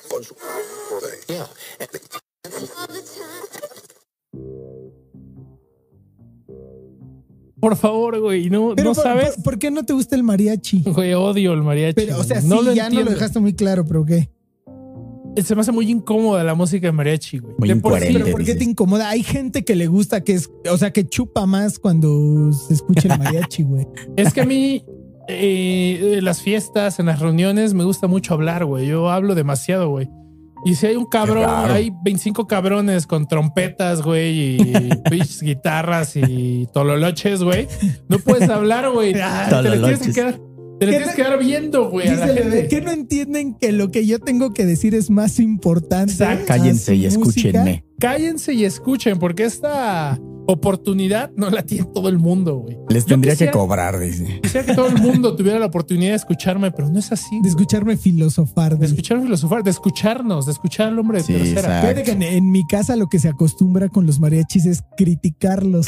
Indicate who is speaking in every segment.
Speaker 1: social thing. Yeah.
Speaker 2: Por favor, güey, no,
Speaker 3: Pero
Speaker 2: no
Speaker 3: por-
Speaker 2: sabes.
Speaker 3: por, por qué no te gusta el mariachi?
Speaker 2: Güey, odio el mariachi.
Speaker 3: Pero, o sea,
Speaker 2: güey.
Speaker 3: sí,
Speaker 2: lo
Speaker 3: ya no
Speaker 2: entiendo.
Speaker 3: lo dejaste muy claro, pero ¿qué?
Speaker 2: Se me hace muy incómoda la música de mariachi, güey.
Speaker 4: Muy
Speaker 2: de por sí,
Speaker 4: incoherente.
Speaker 3: Pero ¿por qué
Speaker 4: dices.
Speaker 3: te incomoda? Hay gente que le gusta, que es, o sea, que chupa más cuando se escucha el mariachi, güey.
Speaker 2: Es que a mí, eh, en las fiestas, en las reuniones, me gusta mucho hablar, güey. Yo hablo demasiado, güey. Y si hay un cabrón,
Speaker 4: raro.
Speaker 2: hay 25 cabrones con trompetas, güey, y pinches guitarras y tololoches, güey. No puedes hablar, güey. Ah, Te le tienes que
Speaker 4: Tololoches.
Speaker 2: quedar, te le
Speaker 3: ¿Qué
Speaker 2: tienes
Speaker 3: te-
Speaker 2: que quedar viendo, güey, a la
Speaker 3: Dice el bebé,
Speaker 2: gente.
Speaker 3: ¿eh? ¿qué no entienden que lo que yo tengo que decir es más importante?
Speaker 2: Exacto.
Speaker 3: a
Speaker 4: Cállense y
Speaker 3: su música?
Speaker 4: escúchenme.
Speaker 2: Cállense y escuchen, porque esta oportunidad no la tiene todo el mundo, güey.
Speaker 4: Les
Speaker 2: Yo
Speaker 4: tendría que
Speaker 2: quisiera-
Speaker 4: cobrar, dice.
Speaker 2: Quisiera que todo el mundo tuviera la oportunidad de escucharme, pero no es así.
Speaker 3: De escucharme filosofar.
Speaker 2: De
Speaker 3: güey.
Speaker 2: escuchar filosofar, de escucharnos, de escuchar al hombre de
Speaker 4: Sí,
Speaker 2: tercera.
Speaker 3: Fíjate que
Speaker 4: exacto.
Speaker 3: en, en mi casa lo que se acostumbra con los mariachis es criticarlos.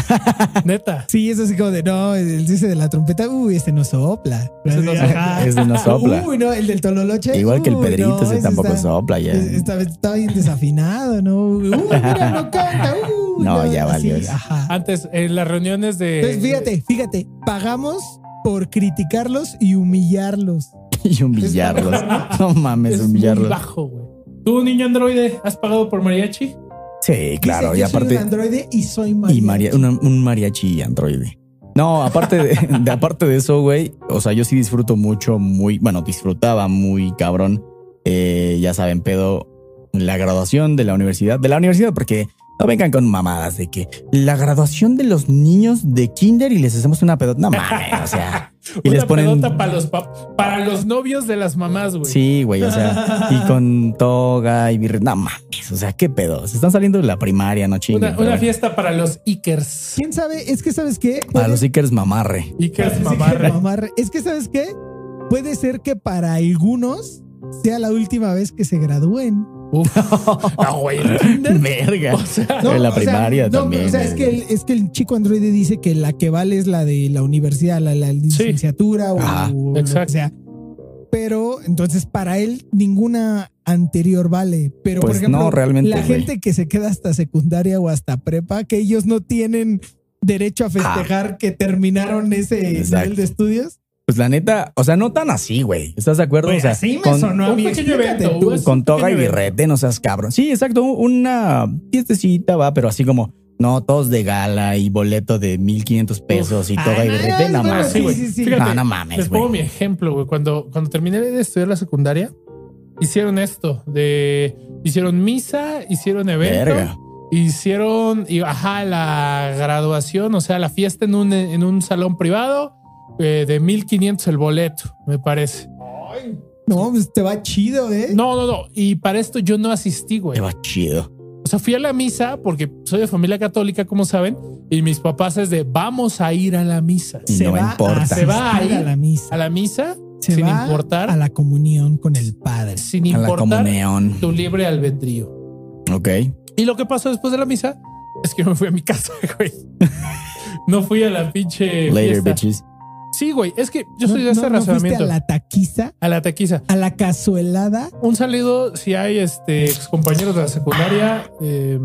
Speaker 2: Neta.
Speaker 3: Sí, es así como de no, el dice de la trompeta, uy, este no sopla.
Speaker 2: Ese no
Speaker 3: Ajá.
Speaker 2: sopla.
Speaker 4: Ese no sopla.
Speaker 3: Uy, no, el del Tololoche.
Speaker 4: Igual que el
Speaker 3: uy,
Speaker 4: Pedrito,
Speaker 3: no,
Speaker 4: ese tampoco
Speaker 3: está-
Speaker 4: sopla ya.
Speaker 3: es- Está, está bien desafinado, ¿no? Uy, mira, no canta. uy,
Speaker 4: No, ya valió eso.
Speaker 3: ajá.
Speaker 2: Antes, en las reuniones de.
Speaker 3: Entonces, Pues fíjate, fíjate, pagamos por criticarlos y humillarlos.
Speaker 4: Y humillarlos. No mames,
Speaker 2: Es muy
Speaker 4: humillarlos.
Speaker 2: bajo, güey. Tú, niño androide, ¿has pagado por mariachi?
Speaker 4: Sí, claro.
Speaker 3: Dice,
Speaker 4: y
Speaker 3: yo soy un
Speaker 4: aparte,
Speaker 3: androide y soy mariachi.
Speaker 4: y maria- una- un mariachi androide. No, aparte de, de- aparte de eso, güey. O sea, yo sí disfruto mucho, muy, bueno, disfrutaba muy cabrón. eh, ya saben, pedo, la graduación de la universidad, de la universidad, porque no vengan con mamadas de que la graduación de los niños de kinder y les hacemos una pedota. No mames, o sea, y
Speaker 2: Una
Speaker 4: les ponen.
Speaker 2: pelota para los, pap- para los novios de las mamás, güey.
Speaker 4: Sí, güey, o sea, y con toga y birre. No mames, o sea, qué pedo. Se están saliendo de la primaria, no chinguen.
Speaker 2: Una,
Speaker 4: pero
Speaker 2: una
Speaker 4: bueno.
Speaker 2: fiesta para los Ikers.
Speaker 3: ¿Quién sabe? Es que, ¿sabes qué?
Speaker 4: Para
Speaker 3: Puede-
Speaker 4: los Ickers mamarre.
Speaker 2: Ikers
Speaker 3: Así que
Speaker 2: mamarra.
Speaker 3: mamarre. Es que, ¿sabes qué? Puede ser que para algunos sea la última vez que se gradúen.
Speaker 2: Uf. No, güey. el Kinder.
Speaker 4: Verga.
Speaker 2: O sea,
Speaker 4: En la
Speaker 3: o sea,
Speaker 4: primaria también,
Speaker 3: O sea, es
Speaker 4: güey.
Speaker 3: que, el, es que el chico androide dice que la que vale es la de la universidad, la, la licenciatura o,
Speaker 4: Ajá,
Speaker 3: o lo que
Speaker 2: exacto.
Speaker 3: sea. Pero entonces para él ninguna anterior vale. Pero
Speaker 4: Pues
Speaker 3: por ejemplo,
Speaker 4: no, realmente,
Speaker 3: la
Speaker 4: güey.
Speaker 3: gente que se queda hasta secundaria o hasta prepa, que ellos no tienen derecho a festejar que terminaron ese
Speaker 4: Ah. Exacto.
Speaker 3: nivel de estudios.
Speaker 4: Pues la neta, o sea, no tan así, güey. ¿Estás de acuerdo?
Speaker 3: Güey,
Speaker 4: o sea,
Speaker 3: así me
Speaker 4: con,
Speaker 3: sonó a
Speaker 2: un
Speaker 3: mí. este
Speaker 2: pequeño
Speaker 3: Explícate
Speaker 2: evento,
Speaker 3: tú.
Speaker 2: güey.
Speaker 4: con toga y
Speaker 2: Pequeño evento.
Speaker 4: birrete, no seas cabrón. Sí, exacto, una fiestecita va, pero así como, no, todos de gala y boleto de 1500 pesos y toga
Speaker 3: Ay,
Speaker 4: y
Speaker 3: Ah, no,
Speaker 4: birrete, no
Speaker 3: no,
Speaker 4: mames.
Speaker 2: Ah, sí, güey.
Speaker 3: sí, sí.
Speaker 2: Fíjate,
Speaker 4: No, no
Speaker 2: Les
Speaker 4: mames,
Speaker 2: pongo mi
Speaker 4: güey.
Speaker 2: ejemplo, güey. Cuando, cuando terminé de estudiar la secundaria, hicieron esto de hicieron misa, hicieron evento,
Speaker 4: Verga.
Speaker 2: hicieron y ajá, la graduación, o sea, la fiesta en un, en un salón privado eh, de 1500 el boleto, me parece.
Speaker 3: No, pues te va chido, ¿eh?
Speaker 2: No, no, no. Y para esto yo no asistí, güey.
Speaker 4: Te va chido.
Speaker 2: O sea, fui a la misa porque soy de familia católica, como saben, y mis papás es de vamos a ir a la misa.
Speaker 4: Y
Speaker 3: Se
Speaker 4: no
Speaker 3: va a-
Speaker 4: importa.
Speaker 2: se va a
Speaker 3: asistir
Speaker 2: ir
Speaker 3: a la misa.
Speaker 2: A la misa,
Speaker 3: se
Speaker 2: sin
Speaker 3: va
Speaker 2: importar.
Speaker 3: a la comunión con el Padre.
Speaker 2: sin
Speaker 4: A la
Speaker 2: importar
Speaker 4: comunión.
Speaker 2: tu libre albedrío.
Speaker 4: Ok.
Speaker 2: Y lo que pasó después de la misa es que yo me fui a mi casa, güey. No fui a la pinche
Speaker 4: Later,
Speaker 2: fiesta.
Speaker 4: bitches.
Speaker 2: Sí, güey, es que yo soy
Speaker 3: No-
Speaker 2: de ese
Speaker 3: no- no fuiste
Speaker 2: razonamiento.
Speaker 3: a la taquiza,
Speaker 2: a la taquiza.
Speaker 3: a la cazuelada.
Speaker 2: Un saludo si hay este compañeros de la secundaria. eh,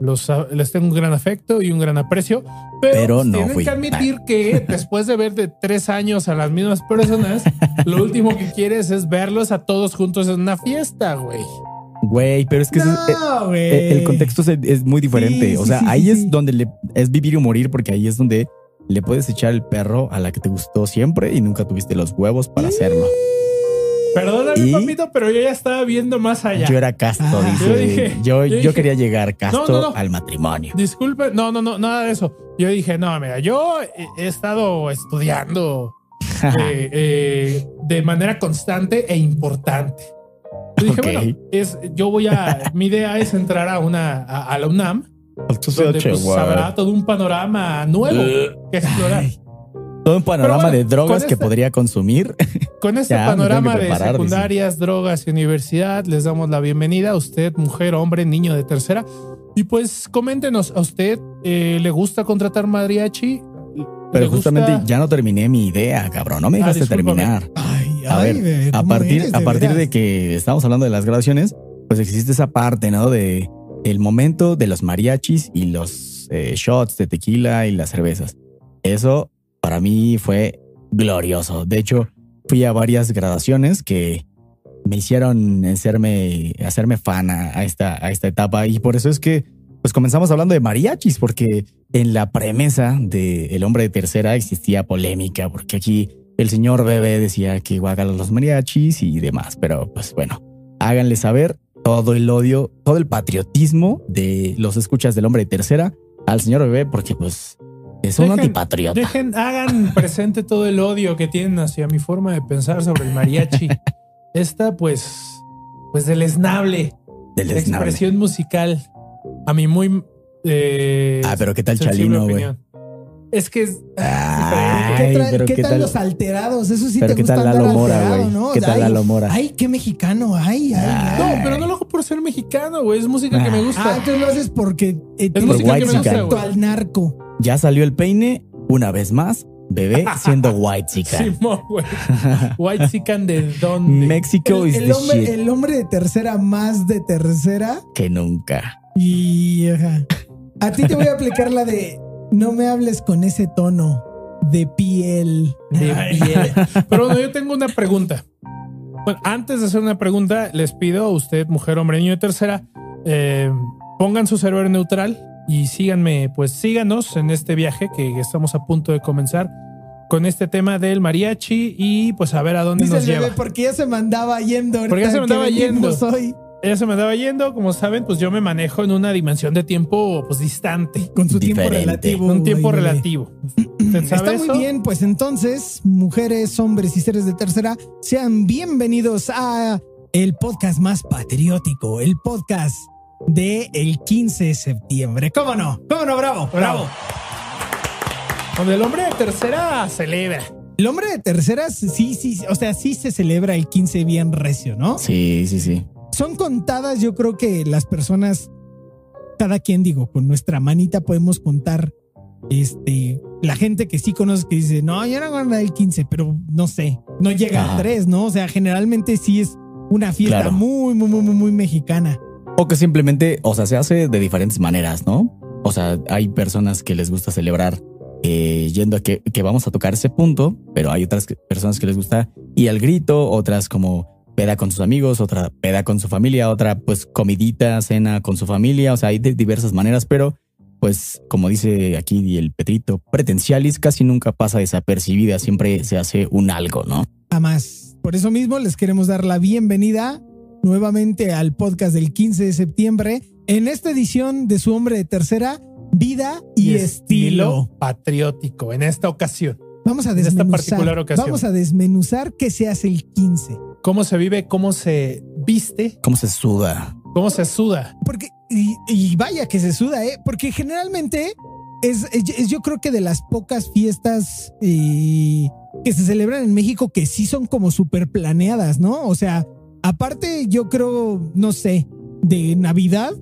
Speaker 2: los, les tengo un gran afecto y un gran aprecio, pero,
Speaker 4: Pero no
Speaker 2: tienen
Speaker 4: fui.
Speaker 2: que admitir que después de ver de tres años a las mismas personas, lo último que quieres es verlos a todos juntos en una fiesta, güey.
Speaker 4: Güey, pero es que ese es-
Speaker 3: No, güey.
Speaker 4: Eh, El contexto es, es muy diferente.
Speaker 3: Sí,
Speaker 4: o
Speaker 3: sí,
Speaker 4: sea,
Speaker 3: sí, sí,
Speaker 4: ahí es
Speaker 3: sí.
Speaker 4: donde le, es vivir o morir, porque ahí es donde le puedes echar el perro a la que te gustó siempre y nunca tuviste los huevos para hacerlo.
Speaker 2: Perdóname,
Speaker 4: ¿Y?
Speaker 2: papito, pero yo ya estaba viendo más allá.
Speaker 4: Yo era casto,
Speaker 3: Ah.
Speaker 4: dije.
Speaker 2: Yo
Speaker 4: Yo,
Speaker 2: dije-
Speaker 4: yo,
Speaker 2: yo dije-
Speaker 4: quería llegar casto
Speaker 2: No, no, no.
Speaker 4: al matrimonio.
Speaker 2: Disculpe, no, no, no, nada de eso. Yo dije, no, mira, yo he- he estado estudiando eh, eh, de manera constante e importante. Yo dije,
Speaker 4: Ok.
Speaker 2: bueno, es, yo voy a, mi idea es entrar a una, a, a la UNAM, donde pues, habrá todo un panorama nuevo que explorar.
Speaker 4: Todo un panorama
Speaker 2: Pero bueno,
Speaker 4: de drogas
Speaker 2: con este
Speaker 4: que
Speaker 2: esta-
Speaker 4: podría consumir.
Speaker 2: Con este
Speaker 4: Ya, me tengo
Speaker 2: panorama
Speaker 4: que
Speaker 2: de
Speaker 4: preparar,
Speaker 2: secundarias, drogas y universidad, les damos la bienvenida a usted, mujer, hombre, niño de tercera. Y pues coméntenos, ¿a usted eh, le gusta contratar mariachi? ¿Le
Speaker 4: Pero
Speaker 2: gusta-
Speaker 4: justamente ya no terminé mi idea, cabrón. No me
Speaker 2: Ah,
Speaker 4: dejaste
Speaker 2: discúlpame.
Speaker 4: terminar.
Speaker 3: Ay,
Speaker 4: A
Speaker 3: Ay,
Speaker 4: ver,
Speaker 3: bebé,
Speaker 4: a
Speaker 3: ¿cómo
Speaker 4: partir,
Speaker 3: eres,
Speaker 4: a partir
Speaker 3: veras?
Speaker 4: de que estamos hablando de las grabaciones, pues existe esa parte, ¿no? De el momento de los mariachis y los eh, shots de tequila y las cervezas. Eso para mí fue glorioso. De hecho, fui a varias graduaciones que me hicieron hacerme, hacerme fan a, a esta, a esta etapa. Y por eso es que pues comenzamos hablando de mariachis, porque en la premisa de El hombre de tercera existía polémica, porque aquí el señor bebé decía que guácala los mariachis y demás. Pero pues bueno, háganle saber todo el odio, todo el patriotismo de los escuchas del hombre de tercera al señor bebé, porque pues es un
Speaker 2: Dejen-
Speaker 4: antipatriota.
Speaker 2: Dejen, hagan presente todo el odio que tienen hacia mi forma de pensar sobre el mariachi. Esta, pues, pues deleznable
Speaker 4: del desnable.
Speaker 2: expresión musical. A mí muy. eh,
Speaker 4: Ah, pero qué tal
Speaker 2: sensible
Speaker 4: Chalino, güey.
Speaker 2: opinión. Es que es-
Speaker 4: Ay,
Speaker 3: ¿Qué, tra-
Speaker 4: pero
Speaker 3: qué
Speaker 4: qué
Speaker 3: tal,
Speaker 4: tal,
Speaker 3: los alterados? Eso sí
Speaker 4: pero
Speaker 3: te
Speaker 4: qué
Speaker 3: gusta
Speaker 4: tal
Speaker 3: andar
Speaker 4: Lalo Mora,
Speaker 3: alterado,
Speaker 4: güey.
Speaker 3: ¿no?
Speaker 4: ¿Qué tal Ah.
Speaker 3: ay,
Speaker 4: Lalo Mora?
Speaker 3: ay, qué mexicano, ay, ay.
Speaker 2: No,
Speaker 4: Ay.
Speaker 2: pero no lo hago por ser mexicano, güey. Es música que me
Speaker 3: Ah,
Speaker 2: gusta.
Speaker 3: entonces lo haces porque eh,
Speaker 2: Es
Speaker 3: tienes
Speaker 2: música que me
Speaker 4: whitezican.
Speaker 2: gusta,
Speaker 3: afecto
Speaker 2: güey.
Speaker 3: al narco.
Speaker 4: Ya salió el peine una vez más, bebé siendo white chica.
Speaker 2: Simón, güey. White Sican de dónde.
Speaker 4: México
Speaker 3: el,
Speaker 4: is
Speaker 3: el
Speaker 4: the
Speaker 3: hombre,
Speaker 4: shit
Speaker 3: el hombre de tercera más de tercera.
Speaker 4: que nunca.
Speaker 3: Y ajá. a ti te voy a aplicar la de no me hables con ese tono de piel.
Speaker 2: De piel. Pero bueno, yo tengo una pregunta. Bueno, antes de hacer una pregunta, les pido a usted, mujer, hombre, niño de tercera, eh, pongan su cerebro en neutral y síganme, pues síganos en este viaje que estamos a punto de comenzar con este tema del mariachi y pues a ver a dónde
Speaker 3: Dice el
Speaker 2: nos lleva.
Speaker 3: bebé, porque ya se mandaba yendo. ahorita
Speaker 2: Porque ya se
Speaker 3: que
Speaker 2: mandaba
Speaker 3: venimos Hoy,
Speaker 2: Ella se me andaba yendo, como saben, pues yo me manejo en una dimensión de tiempo pues distante,
Speaker 3: con su
Speaker 4: Diferente.
Speaker 3: tiempo relativo.
Speaker 2: un tiempo
Speaker 3: ay, bebé.
Speaker 2: relativo. ¿Usted sabe
Speaker 3: Está muy
Speaker 2: eso?
Speaker 3: bien, pues entonces, mujeres, hombres y seres de tercera, sean bienvenidos a el podcast más patriótico, el podcast de el 15 de septiembre. ¿Cómo no? ¿Cómo no? Bravo, bravo.
Speaker 2: Bravo. Donde el hombre de tercera celebra.
Speaker 3: El hombre de terceras, sí, sí, o sea, sí se celebra el 15 bien recio, ¿no?
Speaker 4: Sí, sí, sí.
Speaker 3: Son contadas, yo creo que las personas, cada quien digo, con nuestra manita podemos contar, este, la gente que sí conoce que dice, no, yo no guardo el 15, pero no sé, no llega
Speaker 4: Ajá.
Speaker 3: a tres, ¿no? O sea, generalmente sí es una fiesta
Speaker 4: Claro.
Speaker 3: muy, muy, muy, muy, muy mexicana.
Speaker 4: O que simplemente, o sea, se hace de diferentes maneras, ¿no? O sea, hay personas que les gusta celebrar eh, yendo a que, que vamos a tocar ese punto, pero hay otras que- personas que les gusta ir al grito, otras como peda con sus amigos, otra peda con su familia, otra pues comidita, cena con su familia, o sea, hay de diversas maneras, pero pues como dice aquí el Petrito, pretencialis casi nunca pasa desapercibida, siempre se hace un algo, ¿no?
Speaker 3: a más. Por eso mismo les queremos dar la bienvenida nuevamente al podcast del 15 de septiembre en esta edición de su hombre de tercera, vida y, estilo.
Speaker 2: patriótico en esta ocasión.
Speaker 3: Vamos a
Speaker 2: En esta
Speaker 3: desmenuzar.
Speaker 2: particular ocasión.
Speaker 3: Vamos a desmenuzar qué se hace el 15.
Speaker 2: Cómo se vive, cómo se viste,
Speaker 4: ¿Cómo se suda?
Speaker 2: cómo se suda.
Speaker 3: Porque, y, y vaya que se suda, ¿eh? Porque generalmente es, es- es yo creo que de las pocas fiestas eh, que se celebran en México que sí son como súper planeadas, ¿no? O sea, aparte yo creo, no sé, de Navidad,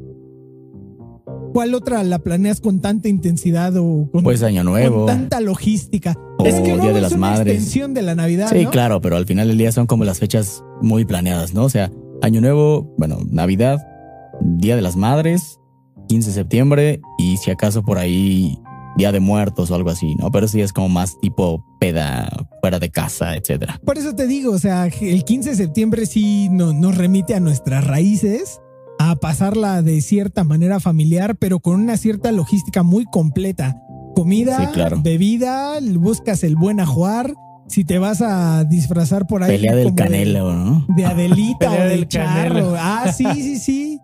Speaker 3: ¿cuál otra la planeas con tanta intensidad o con,
Speaker 4: Pues año
Speaker 3: con
Speaker 4: nuevo.
Speaker 3: tanta logística?
Speaker 4: O Día de
Speaker 3: es
Speaker 4: las
Speaker 3: una
Speaker 4: Madres.
Speaker 3: extensión de la Navidad,
Speaker 4: Sí,
Speaker 3: ¿no?
Speaker 4: claro, pero al final del día son como las fechas muy planeadas, ¿no? O sea, Año Nuevo, bueno, Navidad, Día de las Madres, 15 de septiembre y si acaso por ahí Día de Muertos o algo así, ¿no? Pero sí es como más tipo peda, fuera de casa, etcétera.
Speaker 3: Por eso te digo, o sea, el 15 de septiembre sí no- nos remite a nuestras raíces, a pasarla de cierta manera familiar, pero con una cierta logística muy completa. Comida,
Speaker 4: Sí, claro.
Speaker 3: bebida, buscas el buen ajuar, si te vas a disfrazar por ahí.
Speaker 4: Pelea del
Speaker 3: como de-
Speaker 4: Canelo, ¿no?
Speaker 3: De, Adelita o
Speaker 2: Pelea
Speaker 3: del
Speaker 2: del Canelo.
Speaker 3: Charro. Ah, sí, sí, sí.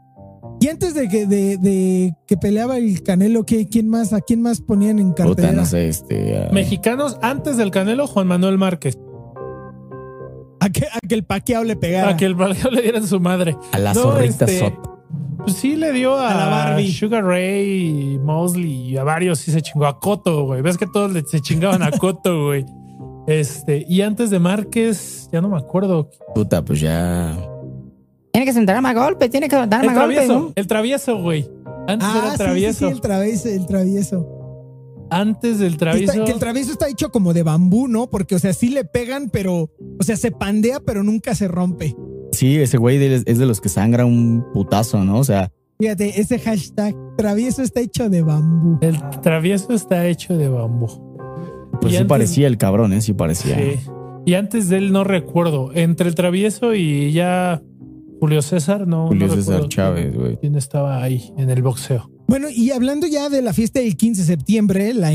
Speaker 3: Y antes de que, de, de que peleaba el Canelo, ¿qué- ¿quién más? ¿A quién más ponían en cartelera?
Speaker 4: Puta, no sé, este... ah,
Speaker 2: Mexicanos antes del Canelo, Juan Manuel Márquez.
Speaker 3: a, que, a que el paqueado le pegara.
Speaker 2: A que el Valgeo le dieran su madre.
Speaker 4: a la
Speaker 2: No,
Speaker 4: zorrita
Speaker 2: este,
Speaker 4: Sot.
Speaker 2: Pues sí le dio a,
Speaker 3: A la Barbie.
Speaker 2: Sugar Ray, Mosley y a varios sí se chingó a Coto, güey. Ves que todos le- se chingaban a Coto, güey. Este, y antes de Márquez, ya no me acuerdo.
Speaker 4: Puta, pues ya...
Speaker 1: Tiene que sentarme a golpe, tiene que sentarme
Speaker 2: El
Speaker 1: a golpe. ¿no?
Speaker 2: travieso, el travieso, güey. Antes
Speaker 3: Ah,
Speaker 2: era
Speaker 3: sí, sí, sí,
Speaker 2: travieso.
Speaker 3: el travieso, el travieso.
Speaker 2: antes del travieso.
Speaker 3: Está- que el travieso está hecho como de bambú, ¿no? Porque, o sea, sí le pegan, pero, o sea, se pandea, pero nunca se rompe.
Speaker 4: Sí, ese güey de- es de los que sangra un putazo, ¿no? O sea,
Speaker 3: Fíjate, ese hashtag travieso está hecho de bambú.
Speaker 2: el travieso está hecho de bambú.
Speaker 4: pues
Speaker 2: Y
Speaker 4: sí
Speaker 2: antes-
Speaker 4: parecía el cabrón, ¿eh? Sí parecía.
Speaker 2: Sí. Y antes de él no recuerdo. Entre el travieso y ya Julio César, no.
Speaker 4: Julio
Speaker 2: no
Speaker 4: César
Speaker 2: recuerdo
Speaker 4: Chávez,
Speaker 2: quién-
Speaker 4: güey.
Speaker 2: ¿Quién estaba ahí en el boxeo?
Speaker 3: Bueno, y hablando ya de la fiesta del 15 de septiembre, la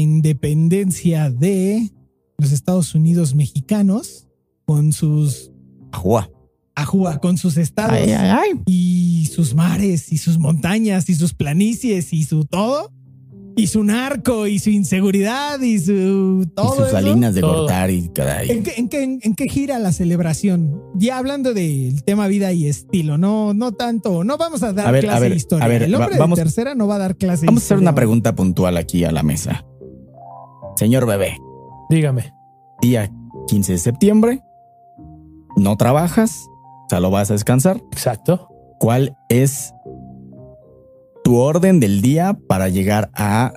Speaker 3: independencia de los Estados Unidos mexicanos con sus
Speaker 4: Ajua.
Speaker 3: ajúa, con sus estados
Speaker 1: Ay, ay, ay.
Speaker 3: y sus mares y sus montañas y sus planicies y su todo y su narco y su inseguridad y su
Speaker 4: Y
Speaker 3: todo
Speaker 4: sus
Speaker 3: eso.
Speaker 4: salinas de
Speaker 2: Todo.
Speaker 4: cortar y caray.
Speaker 3: ¿En qué, en, qué, en qué gira la celebración? Ya hablando del tema vida y estilo, no, no tanto, no vamos a dar
Speaker 4: A ver,
Speaker 3: clase
Speaker 4: a ver,
Speaker 3: de historia.
Speaker 4: a ver,
Speaker 3: El hombre
Speaker 4: va- vamos-
Speaker 3: de tercera no va a dar clase de
Speaker 4: Vamos a hacer
Speaker 3: historia.
Speaker 4: una pregunta puntual aquí a la mesa. Señor bebé,
Speaker 2: Dígame.
Speaker 4: día 15 de septiembre, no trabajas, o sea, lo vas a descansar.
Speaker 2: Exacto.
Speaker 4: ¿Cuál es tu orden del día para llegar a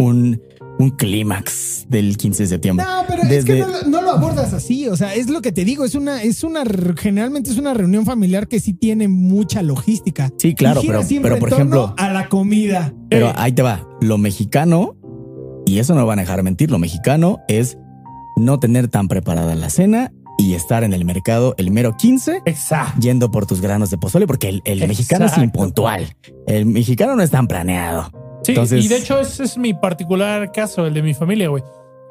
Speaker 4: un, un clímax del 15 de septiembre?
Speaker 3: No, pero es
Speaker 4: Desde-
Speaker 3: que no, lo- no lo abordas así. O sea, es lo que te digo. Es una, es una, re- generalmente es una reunión familiar que sí tiene mucha logística.
Speaker 4: Sí, claro,
Speaker 3: Y gira
Speaker 4: pero,
Speaker 3: siempre
Speaker 4: pero
Speaker 3: en
Speaker 4: por
Speaker 3: torno
Speaker 4: ejemplo,
Speaker 3: a la comida.
Speaker 4: pero
Speaker 2: Eh,
Speaker 4: ahí te va, lo mexicano, y eso no me van a dejar mentir, lo mexicano es no tener tan preparada la cena y estar en el mercado el mero 15
Speaker 2: Exacto.
Speaker 4: yendo por tus granos de pozole, porque el, el mexicano es
Speaker 2: Exacto.
Speaker 4: impuntual. El mexicano no es tan planeado.
Speaker 2: Sí,
Speaker 4: Entonces-
Speaker 2: y de hecho ese es mi particular caso, el de mi familia, güey.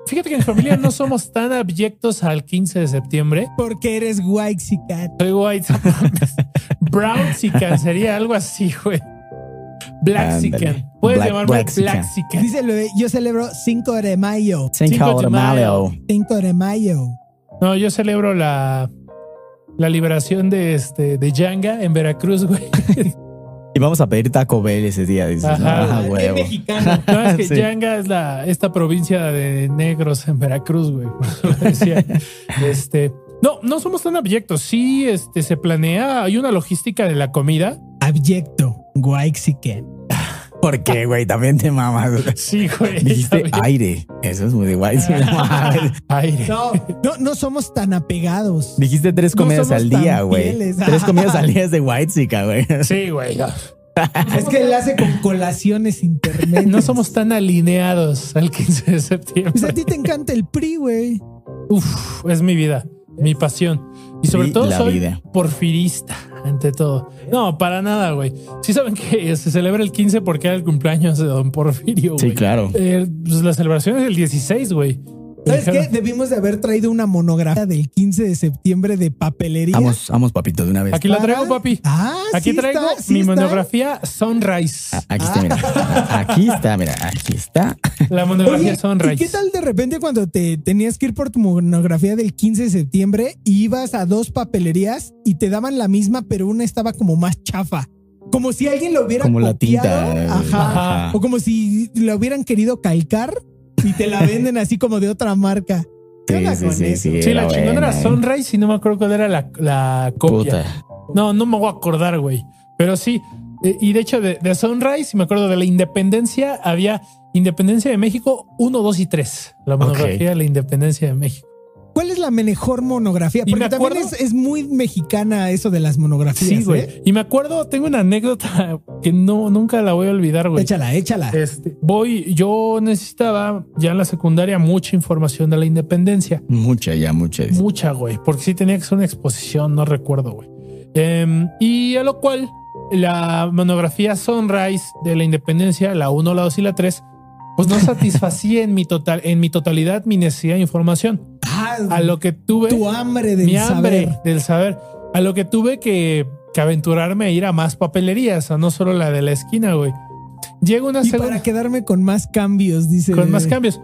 Speaker 2: Fíjate que en mi familia no somos tan abyectos al 15 de septiembre.
Speaker 3: Porque eres white cat.
Speaker 2: Soy white, no mames. brown sican sería algo así, güey. Black
Speaker 4: Ándale.
Speaker 2: sican. Puedes
Speaker 4: Black-
Speaker 2: llamarme
Speaker 4: black
Speaker 2: black,
Speaker 4: sican.
Speaker 2: sican.
Speaker 3: Dice el bebé, yo celebro 5 de mayo.
Speaker 2: Cinco de mayo.
Speaker 3: 5 de mayo.
Speaker 2: No, yo celebro la la liberación de este de Yanga en Veracruz, güey.
Speaker 4: Y vamos a pedir Taco Bell ese día. Dices,
Speaker 2: Ajá.
Speaker 4: ah,
Speaker 3: Es
Speaker 4: huevo.
Speaker 3: mexicano.
Speaker 2: No, es que
Speaker 4: Sí.
Speaker 2: Yanga es la, esta provincia de negros en Veracruz, güey. Por eso lo decía. Este, no, no somos tan abyectos. Sí, este, se planea, hay una logística de la comida.
Speaker 3: Abyecto. Guayxican.
Speaker 4: ¿Por qué, güey? También te mamas.
Speaker 2: Sí, güey.
Speaker 4: Dijiste
Speaker 2: también.
Speaker 4: aire. Eso es muy de guay. Sí, no mames.
Speaker 2: Aire.
Speaker 3: No, no, no somos tan apegados.
Speaker 4: Dijiste tres
Speaker 3: No
Speaker 4: comidas
Speaker 3: somos
Speaker 4: al
Speaker 3: tan
Speaker 4: día, güey.
Speaker 3: fieles.
Speaker 4: Tres comidas al día es de white chica, güey.
Speaker 2: Sí, güey. no.
Speaker 3: Es que él hace con colaciones intermedias.
Speaker 2: No somos tan alineados al 15 de
Speaker 3: Pues a
Speaker 2: septiembre.
Speaker 3: ti te encanta el PRI, güey.
Speaker 2: Uf, es mi vida, mi pasión. Y sobre
Speaker 4: Y
Speaker 2: todo
Speaker 4: la
Speaker 2: soy
Speaker 4: vida.
Speaker 2: porfirista ante todo. No, para nada, güey. Sí saben que se celebra el 15 porque era el cumpleaños de don Porfirio,
Speaker 4: Sí,
Speaker 2: güey.
Speaker 4: claro.
Speaker 2: Eh, pues la celebración es el 16, güey.
Speaker 3: ¿Sabes qué?
Speaker 2: Dijeron,
Speaker 3: Debimos de haber traído una monografía del 15 de septiembre de papelería.
Speaker 4: Vamos, vamos, papito, de una vez.
Speaker 2: Aquí la traigo, papi.
Speaker 3: Ah,
Speaker 2: Aquí
Speaker 3: sí
Speaker 2: traigo
Speaker 3: está, sí
Speaker 2: mi
Speaker 3: está.
Speaker 2: monografía Sunrise.
Speaker 4: Ah, Aquí está, mira.
Speaker 2: Ah.
Speaker 4: Aquí está, mira. Aquí está.
Speaker 2: La monografía
Speaker 3: Oye,
Speaker 2: Sunrise.
Speaker 3: ¿y qué tal de repente cuando te tenías que ir por tu monografía del 15 de septiembre ibas a dos papelerías y te daban la misma, pero una estaba como más chafa? Como si alguien lo hubiera
Speaker 4: Como la
Speaker 3: copiado.
Speaker 4: tinta.
Speaker 3: Ajá.
Speaker 2: Ajá.
Speaker 3: O como si la hubieran querido calcar y te la venden así como de otra marca. ¿Qué onda
Speaker 4: Sí, sí,
Speaker 3: con
Speaker 4: sí,
Speaker 3: eso?
Speaker 4: sí.
Speaker 2: Sí, la
Speaker 4: era
Speaker 2: chingona
Speaker 4: buena,
Speaker 2: era
Speaker 4: eh.
Speaker 2: Sunrise y no me acuerdo cuál era la, la copia.
Speaker 4: Puta.
Speaker 2: No, no me voy a acordar, güey. Pero sí. eh, Y de hecho, de, de Sunrise, y me acuerdo de la independencia, había Independencia de México 1, 2 y 3. La monografía de la independencia de México.
Speaker 3: ¿Cuál es la mejor monografía?
Speaker 2: Y
Speaker 3: Porque
Speaker 2: me
Speaker 3: también es,
Speaker 2: acuerdo-
Speaker 3: es muy mexicana eso de las monografías.
Speaker 2: Sí, güey.
Speaker 3: ¿eh?
Speaker 2: Y me acuerdo, tengo una anécdota que no, nunca la voy a olvidar, güey.
Speaker 3: Échala, échala.
Speaker 2: Este, voy, yo necesitaba ya en la secundaria mucha información de la independencia.
Speaker 4: Mucha ya, mucha. dice.
Speaker 2: Mucha, güey, porque sí tenía que ser una exposición, no recuerdo, güey. Em, y a lo cual, la monografía Sunrise de la Independencia, la 1, la 2 y la 3, pues no satisfacía en mi, total, en mi totalidad mi necesidad de información.
Speaker 3: Ah,
Speaker 2: A lo que tuve
Speaker 3: tu hambre de
Speaker 2: mi hambre
Speaker 3: saber.
Speaker 2: del saber, a lo que tuve que, que aventurarme a ir a más papelerías, a no solo la de la esquina, güey. Llega una
Speaker 3: Y
Speaker 2: segunda
Speaker 3: para quedarme con más cambios, dice.
Speaker 2: con más cambios.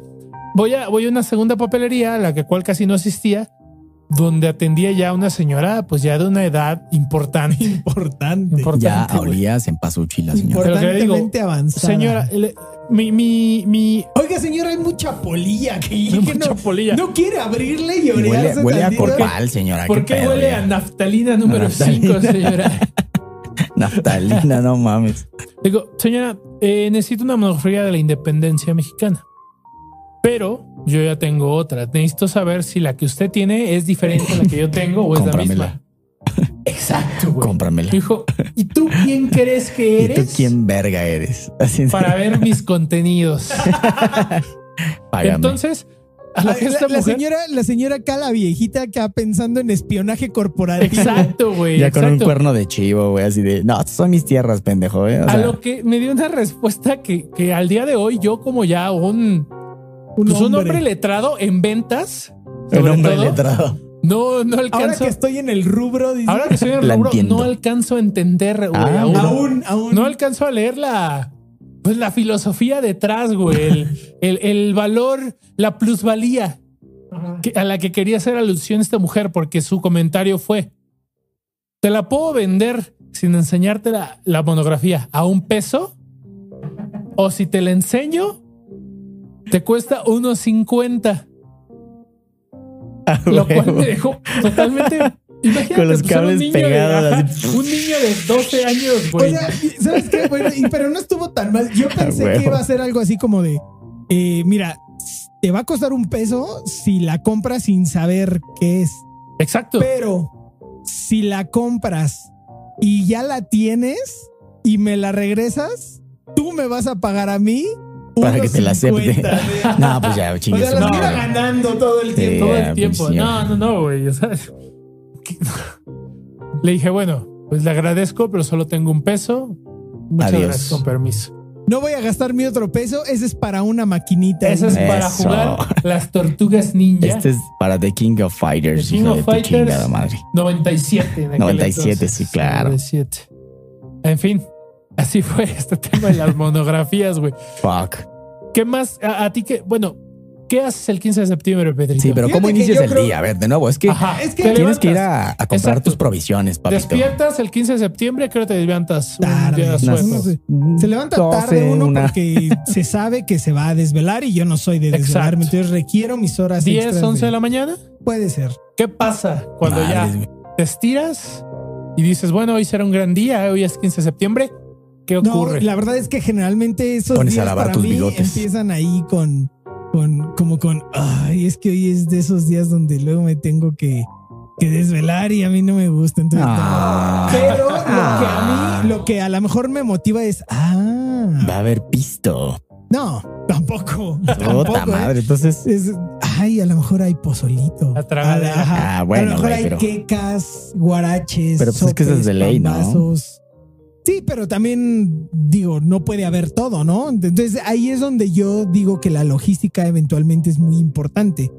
Speaker 2: Voy a, voy a una segunda papelería, a la que cual casi no asistía, donde atendía ya a una señora, pues ya de una edad importante.
Speaker 3: Importante.
Speaker 4: Ya
Speaker 2: importante güey.
Speaker 4: olías en Pasuchi la señora.
Speaker 2: Pero te
Speaker 3: Importantemente avanzada.
Speaker 2: Señora, le- mi, mi, mi
Speaker 3: Oiga, señora, hay mucha polilla aquí.
Speaker 2: Hay
Speaker 3: que
Speaker 2: mucha
Speaker 3: no,
Speaker 2: polilla.
Speaker 4: Ah,
Speaker 3: No quiere abrirle y
Speaker 4: Huele,
Speaker 3: orearse
Speaker 4: huele a
Speaker 3: tantito.
Speaker 4: corval, señora.
Speaker 2: ¿Por qué
Speaker 4: pedo,
Speaker 2: huele
Speaker 4: ya?
Speaker 2: a naftalina número
Speaker 4: Naftalina.
Speaker 2: 5, señora?
Speaker 4: Naftalina, no mames.
Speaker 2: Digo, señora, eh, necesito una monografía de la independencia mexicana. Pero yo ya tengo otra. Necesito saber si la que usted tiene es diferente a la que yo tengo o es la misma.
Speaker 4: Cómpramela.
Speaker 2: Exacto, güey.
Speaker 4: Cómpramela.
Speaker 2: Dijo, ¿y tú quién crees que
Speaker 4: ¿Y tú
Speaker 2: eres?
Speaker 4: quién verga eres? Así de-
Speaker 2: Para ver mis contenidos.
Speaker 4: págame.
Speaker 2: Entonces, a
Speaker 3: La,
Speaker 2: la, que esta
Speaker 3: la- la
Speaker 2: mujer-
Speaker 3: señora, la señora acá, la viejita acá pensando en espionaje corporativo.
Speaker 2: Exacto, güey.
Speaker 4: ya con un
Speaker 2: exacto.
Speaker 4: cuerno de chivo, güey, así de, no, estas son mis tierras, pendejo, eh. O
Speaker 2: A
Speaker 4: sea,
Speaker 2: Ah, lo que me dio una respuesta que, que al día de hoy yo como ya un,
Speaker 3: Un
Speaker 2: pues, un
Speaker 3: hombre.
Speaker 2: hombre letrado en ventas,
Speaker 4: un
Speaker 2: sobre
Speaker 4: hombre
Speaker 2: todo,
Speaker 4: letrado.
Speaker 2: no, no
Speaker 3: Ahora
Speaker 2: alcanzo.
Speaker 3: que estoy en el rubro, dice,
Speaker 2: Ahora que soy en el
Speaker 4: La
Speaker 2: rubro,
Speaker 4: entiendo.
Speaker 2: no alcanzo a entender, güey,
Speaker 4: Ah,
Speaker 2: aún.
Speaker 3: aún, aún.
Speaker 2: No alcanzo a leer la, pues, la filosofía detrás, güey. El, el- el valor, la plusvalía que- a la que quería hacer alusión esta mujer, porque su comentario fue: Te la puedo vender sin enseñarte la, la monografía a un peso, o si te la enseño, te cuesta unos 50. Lo cual me dejó totalmente. Imagínate,
Speaker 4: Con los
Speaker 2: pues, era un
Speaker 4: cables
Speaker 2: niño de-
Speaker 4: pegados,
Speaker 2: ajá,
Speaker 4: así.
Speaker 2: un niño de 12 años,
Speaker 3: O
Speaker 2: güey.
Speaker 3: sea, ¿sabes qué? Bueno, y- pero no estuvo tan mal. Yo pensé
Speaker 4: huevo.
Speaker 3: que iba a ser algo así como de, eh, mira, te va a costar un peso si la compras sin saber qué es.
Speaker 2: Exacto.
Speaker 3: Pero si la compras y ya la tienes y me la regresas, tú me vas a pagar a mí.
Speaker 4: Para que te la
Speaker 3: 1.50.
Speaker 4: No, pues ya,
Speaker 3: O
Speaker 4: chingues.
Speaker 3: sea, la
Speaker 2: No,
Speaker 3: mira
Speaker 2: güey.
Speaker 3: ganando todo el tiempo.
Speaker 2: todo
Speaker 4: Ya,
Speaker 2: el tiempo.
Speaker 4: pues, ya.
Speaker 2: No, no, no, güey. o sea, que- le dije, bueno, pues le agradezco, pero solo tengo un peso. Muchas
Speaker 4: Adiós.
Speaker 2: gracias, con permiso.
Speaker 3: No voy a gastar mi otro peso. Ese es para una maquinita.
Speaker 2: Eso es
Speaker 4: Eso.
Speaker 2: para jugar las tortugas ninja
Speaker 4: Este es para The King of Fighters,
Speaker 2: The King
Speaker 4: hijo
Speaker 2: of
Speaker 4: de tu
Speaker 2: Fighters.
Speaker 4: chingada madre.
Speaker 2: 97. en aquel
Speaker 4: 97, sí, claro.
Speaker 2: 97. En fin, así fue este tema de las monografías, güey.
Speaker 4: Fuck.
Speaker 2: ¿Qué más? A, a ti que, bueno, ¿qué haces el 15 de septiembre, Pedrito?
Speaker 4: Sí, pero
Speaker 3: Fíjate
Speaker 4: ¿cómo
Speaker 3: que
Speaker 4: inicias
Speaker 3: yo
Speaker 4: el
Speaker 3: creo-
Speaker 4: día? A ver, de nuevo, es que
Speaker 2: Ajá,
Speaker 3: es que
Speaker 2: te
Speaker 4: tienes que ir
Speaker 2: levantas.
Speaker 4: a, a comprar
Speaker 2: Exacto.
Speaker 4: tus provisiones, papito.
Speaker 2: Despiertas el 15 de septiembre, creo que te levantas un
Speaker 3: Tarde.
Speaker 2: día
Speaker 3: Unas-
Speaker 2: suelto.
Speaker 3: unas- Se levanta tarde uno porque se sabe que se va a desvelar y yo no soy de
Speaker 2: Exacto.
Speaker 3: desvelarme, entonces requiero mis horas
Speaker 2: 10,
Speaker 3: extras
Speaker 2: 11 de
Speaker 3: de-
Speaker 2: la mañana.
Speaker 3: Puede ser.
Speaker 2: ¿Qué pasa cuando
Speaker 4: Madres,
Speaker 2: ya
Speaker 4: güey.
Speaker 2: te estiras y dices, bueno, hoy será un gran día, eh, hoy es 15 de septiembre? ¿Qué
Speaker 3: No,
Speaker 2: ocurre?
Speaker 3: la verdad es que generalmente esos
Speaker 4: Pones a
Speaker 3: días
Speaker 4: lavar
Speaker 3: para
Speaker 4: tus
Speaker 3: mí
Speaker 4: bigotes.
Speaker 3: empiezan ahí con, con, como con, ay, es que hoy es de esos días donde luego me tengo que, que desvelar y a mí no me gusta. Entonces,
Speaker 4: Ah.
Speaker 3: pero lo que a mí, lo que a lo mejor me motiva es, ah,
Speaker 4: Va a haber pisto.
Speaker 3: no, tampoco. tampoco,
Speaker 4: Puta
Speaker 3: ¿eh?
Speaker 4: madre. Entonces,
Speaker 3: Es- ay, a lo mejor hay pozolito.
Speaker 2: La tragadera.
Speaker 3: A ajá.
Speaker 4: Ah, bueno,
Speaker 3: A lo mejor
Speaker 4: güey,
Speaker 3: hay
Speaker 4: pero-
Speaker 3: quecas, guaraches.
Speaker 4: Pero pues es que eso es de
Speaker 3: sopes,
Speaker 4: ley, ¿no?
Speaker 3: pambazos. Sí, pero también digo, no puede haber todo, ¿no? Entonces ahí es donde yo digo que la logística eventualmente es muy importante.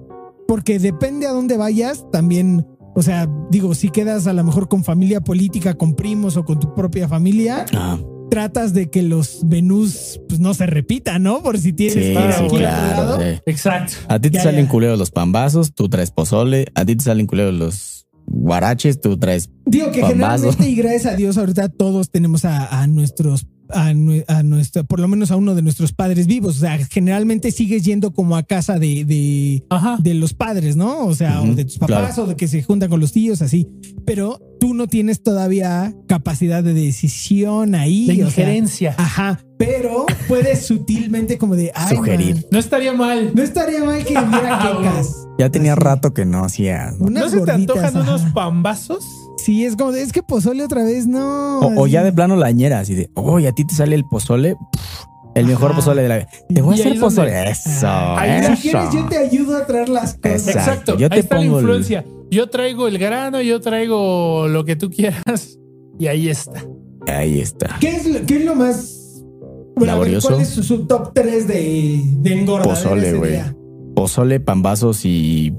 Speaker 3: Porque depende a dónde vayas, también, o sea, digo, si quedas a lo mejor con familia política, con primos o con tu propia familia,
Speaker 4: ah,
Speaker 3: tratas de que los menús pues, no se repitan, ¿no? Por si tienes
Speaker 4: sí,
Speaker 2: para
Speaker 4: sí,
Speaker 2: otro
Speaker 4: claro.
Speaker 3: lado?
Speaker 4: sí.
Speaker 2: Exacto.
Speaker 4: A ti te
Speaker 3: Ya,
Speaker 4: salen
Speaker 3: ya.
Speaker 4: culeros los pambazos, tú traes pozole. A ti te salen culeros los guaraches, tú traes.
Speaker 3: Digo que
Speaker 4: Pambazo.
Speaker 3: generalmente y gracias a Dios ahorita todos tenemos a, a nuestros a, nue- a nuestra, por lo menos a uno de nuestros padres vivos. O sea, generalmente sigues yendo como a casa de, de,
Speaker 2: Ajá.
Speaker 3: de los padres, ¿no? O sea,
Speaker 4: Ujú,
Speaker 3: o de tus papás o de que se juntan con los tíos, así. Pero tú no tienes todavía capacidad de decisión ahí.
Speaker 2: La
Speaker 3: o sea,
Speaker 2: injerencia.
Speaker 3: ajá. Pero puedes sutilmente como de ay,
Speaker 4: Sugerir.
Speaker 3: man,
Speaker 2: no estaría mal.
Speaker 3: no estaría mal que hubiera quecas.
Speaker 4: Ya tenía
Speaker 3: Así.
Speaker 4: rato que no hacía. ¿no?
Speaker 3: Unas
Speaker 2: ¿No se te
Speaker 3: gorditas,
Speaker 2: antojan
Speaker 3: ajá.
Speaker 2: unos pambazos?
Speaker 3: Sí, es como de, es que pozole otra vez, no.
Speaker 4: O, o
Speaker 3: así.
Speaker 4: ya de plano la ñera, así de, oye, a ti te sale el pozole, pff, el mejor
Speaker 3: Ajá.
Speaker 4: pozole de la vida. Te voy a
Speaker 2: Y ahí
Speaker 4: hacer
Speaker 2: es
Speaker 4: pozole.
Speaker 2: donde-
Speaker 4: Eso,
Speaker 2: Ahí
Speaker 4: eso.
Speaker 3: Si quieres, yo te ayudo a traer las cosas.
Speaker 4: Exacto.
Speaker 2: Exacto.
Speaker 4: Yo te
Speaker 2: ahí está la
Speaker 4: pongo el-
Speaker 2: influencia. Yo traigo el grano, yo traigo lo que tú quieras. Y ahí está.
Speaker 4: Ahí está.
Speaker 3: ¿Qué es lo, qué es lo más bueno, a ver,
Speaker 4: Laborioso.
Speaker 3: ¿Cuál es su, su top 3 de, de engordadera
Speaker 4: Pozole,
Speaker 3: ese
Speaker 4: güey.
Speaker 3: día?
Speaker 4: Pozole, pambazos y.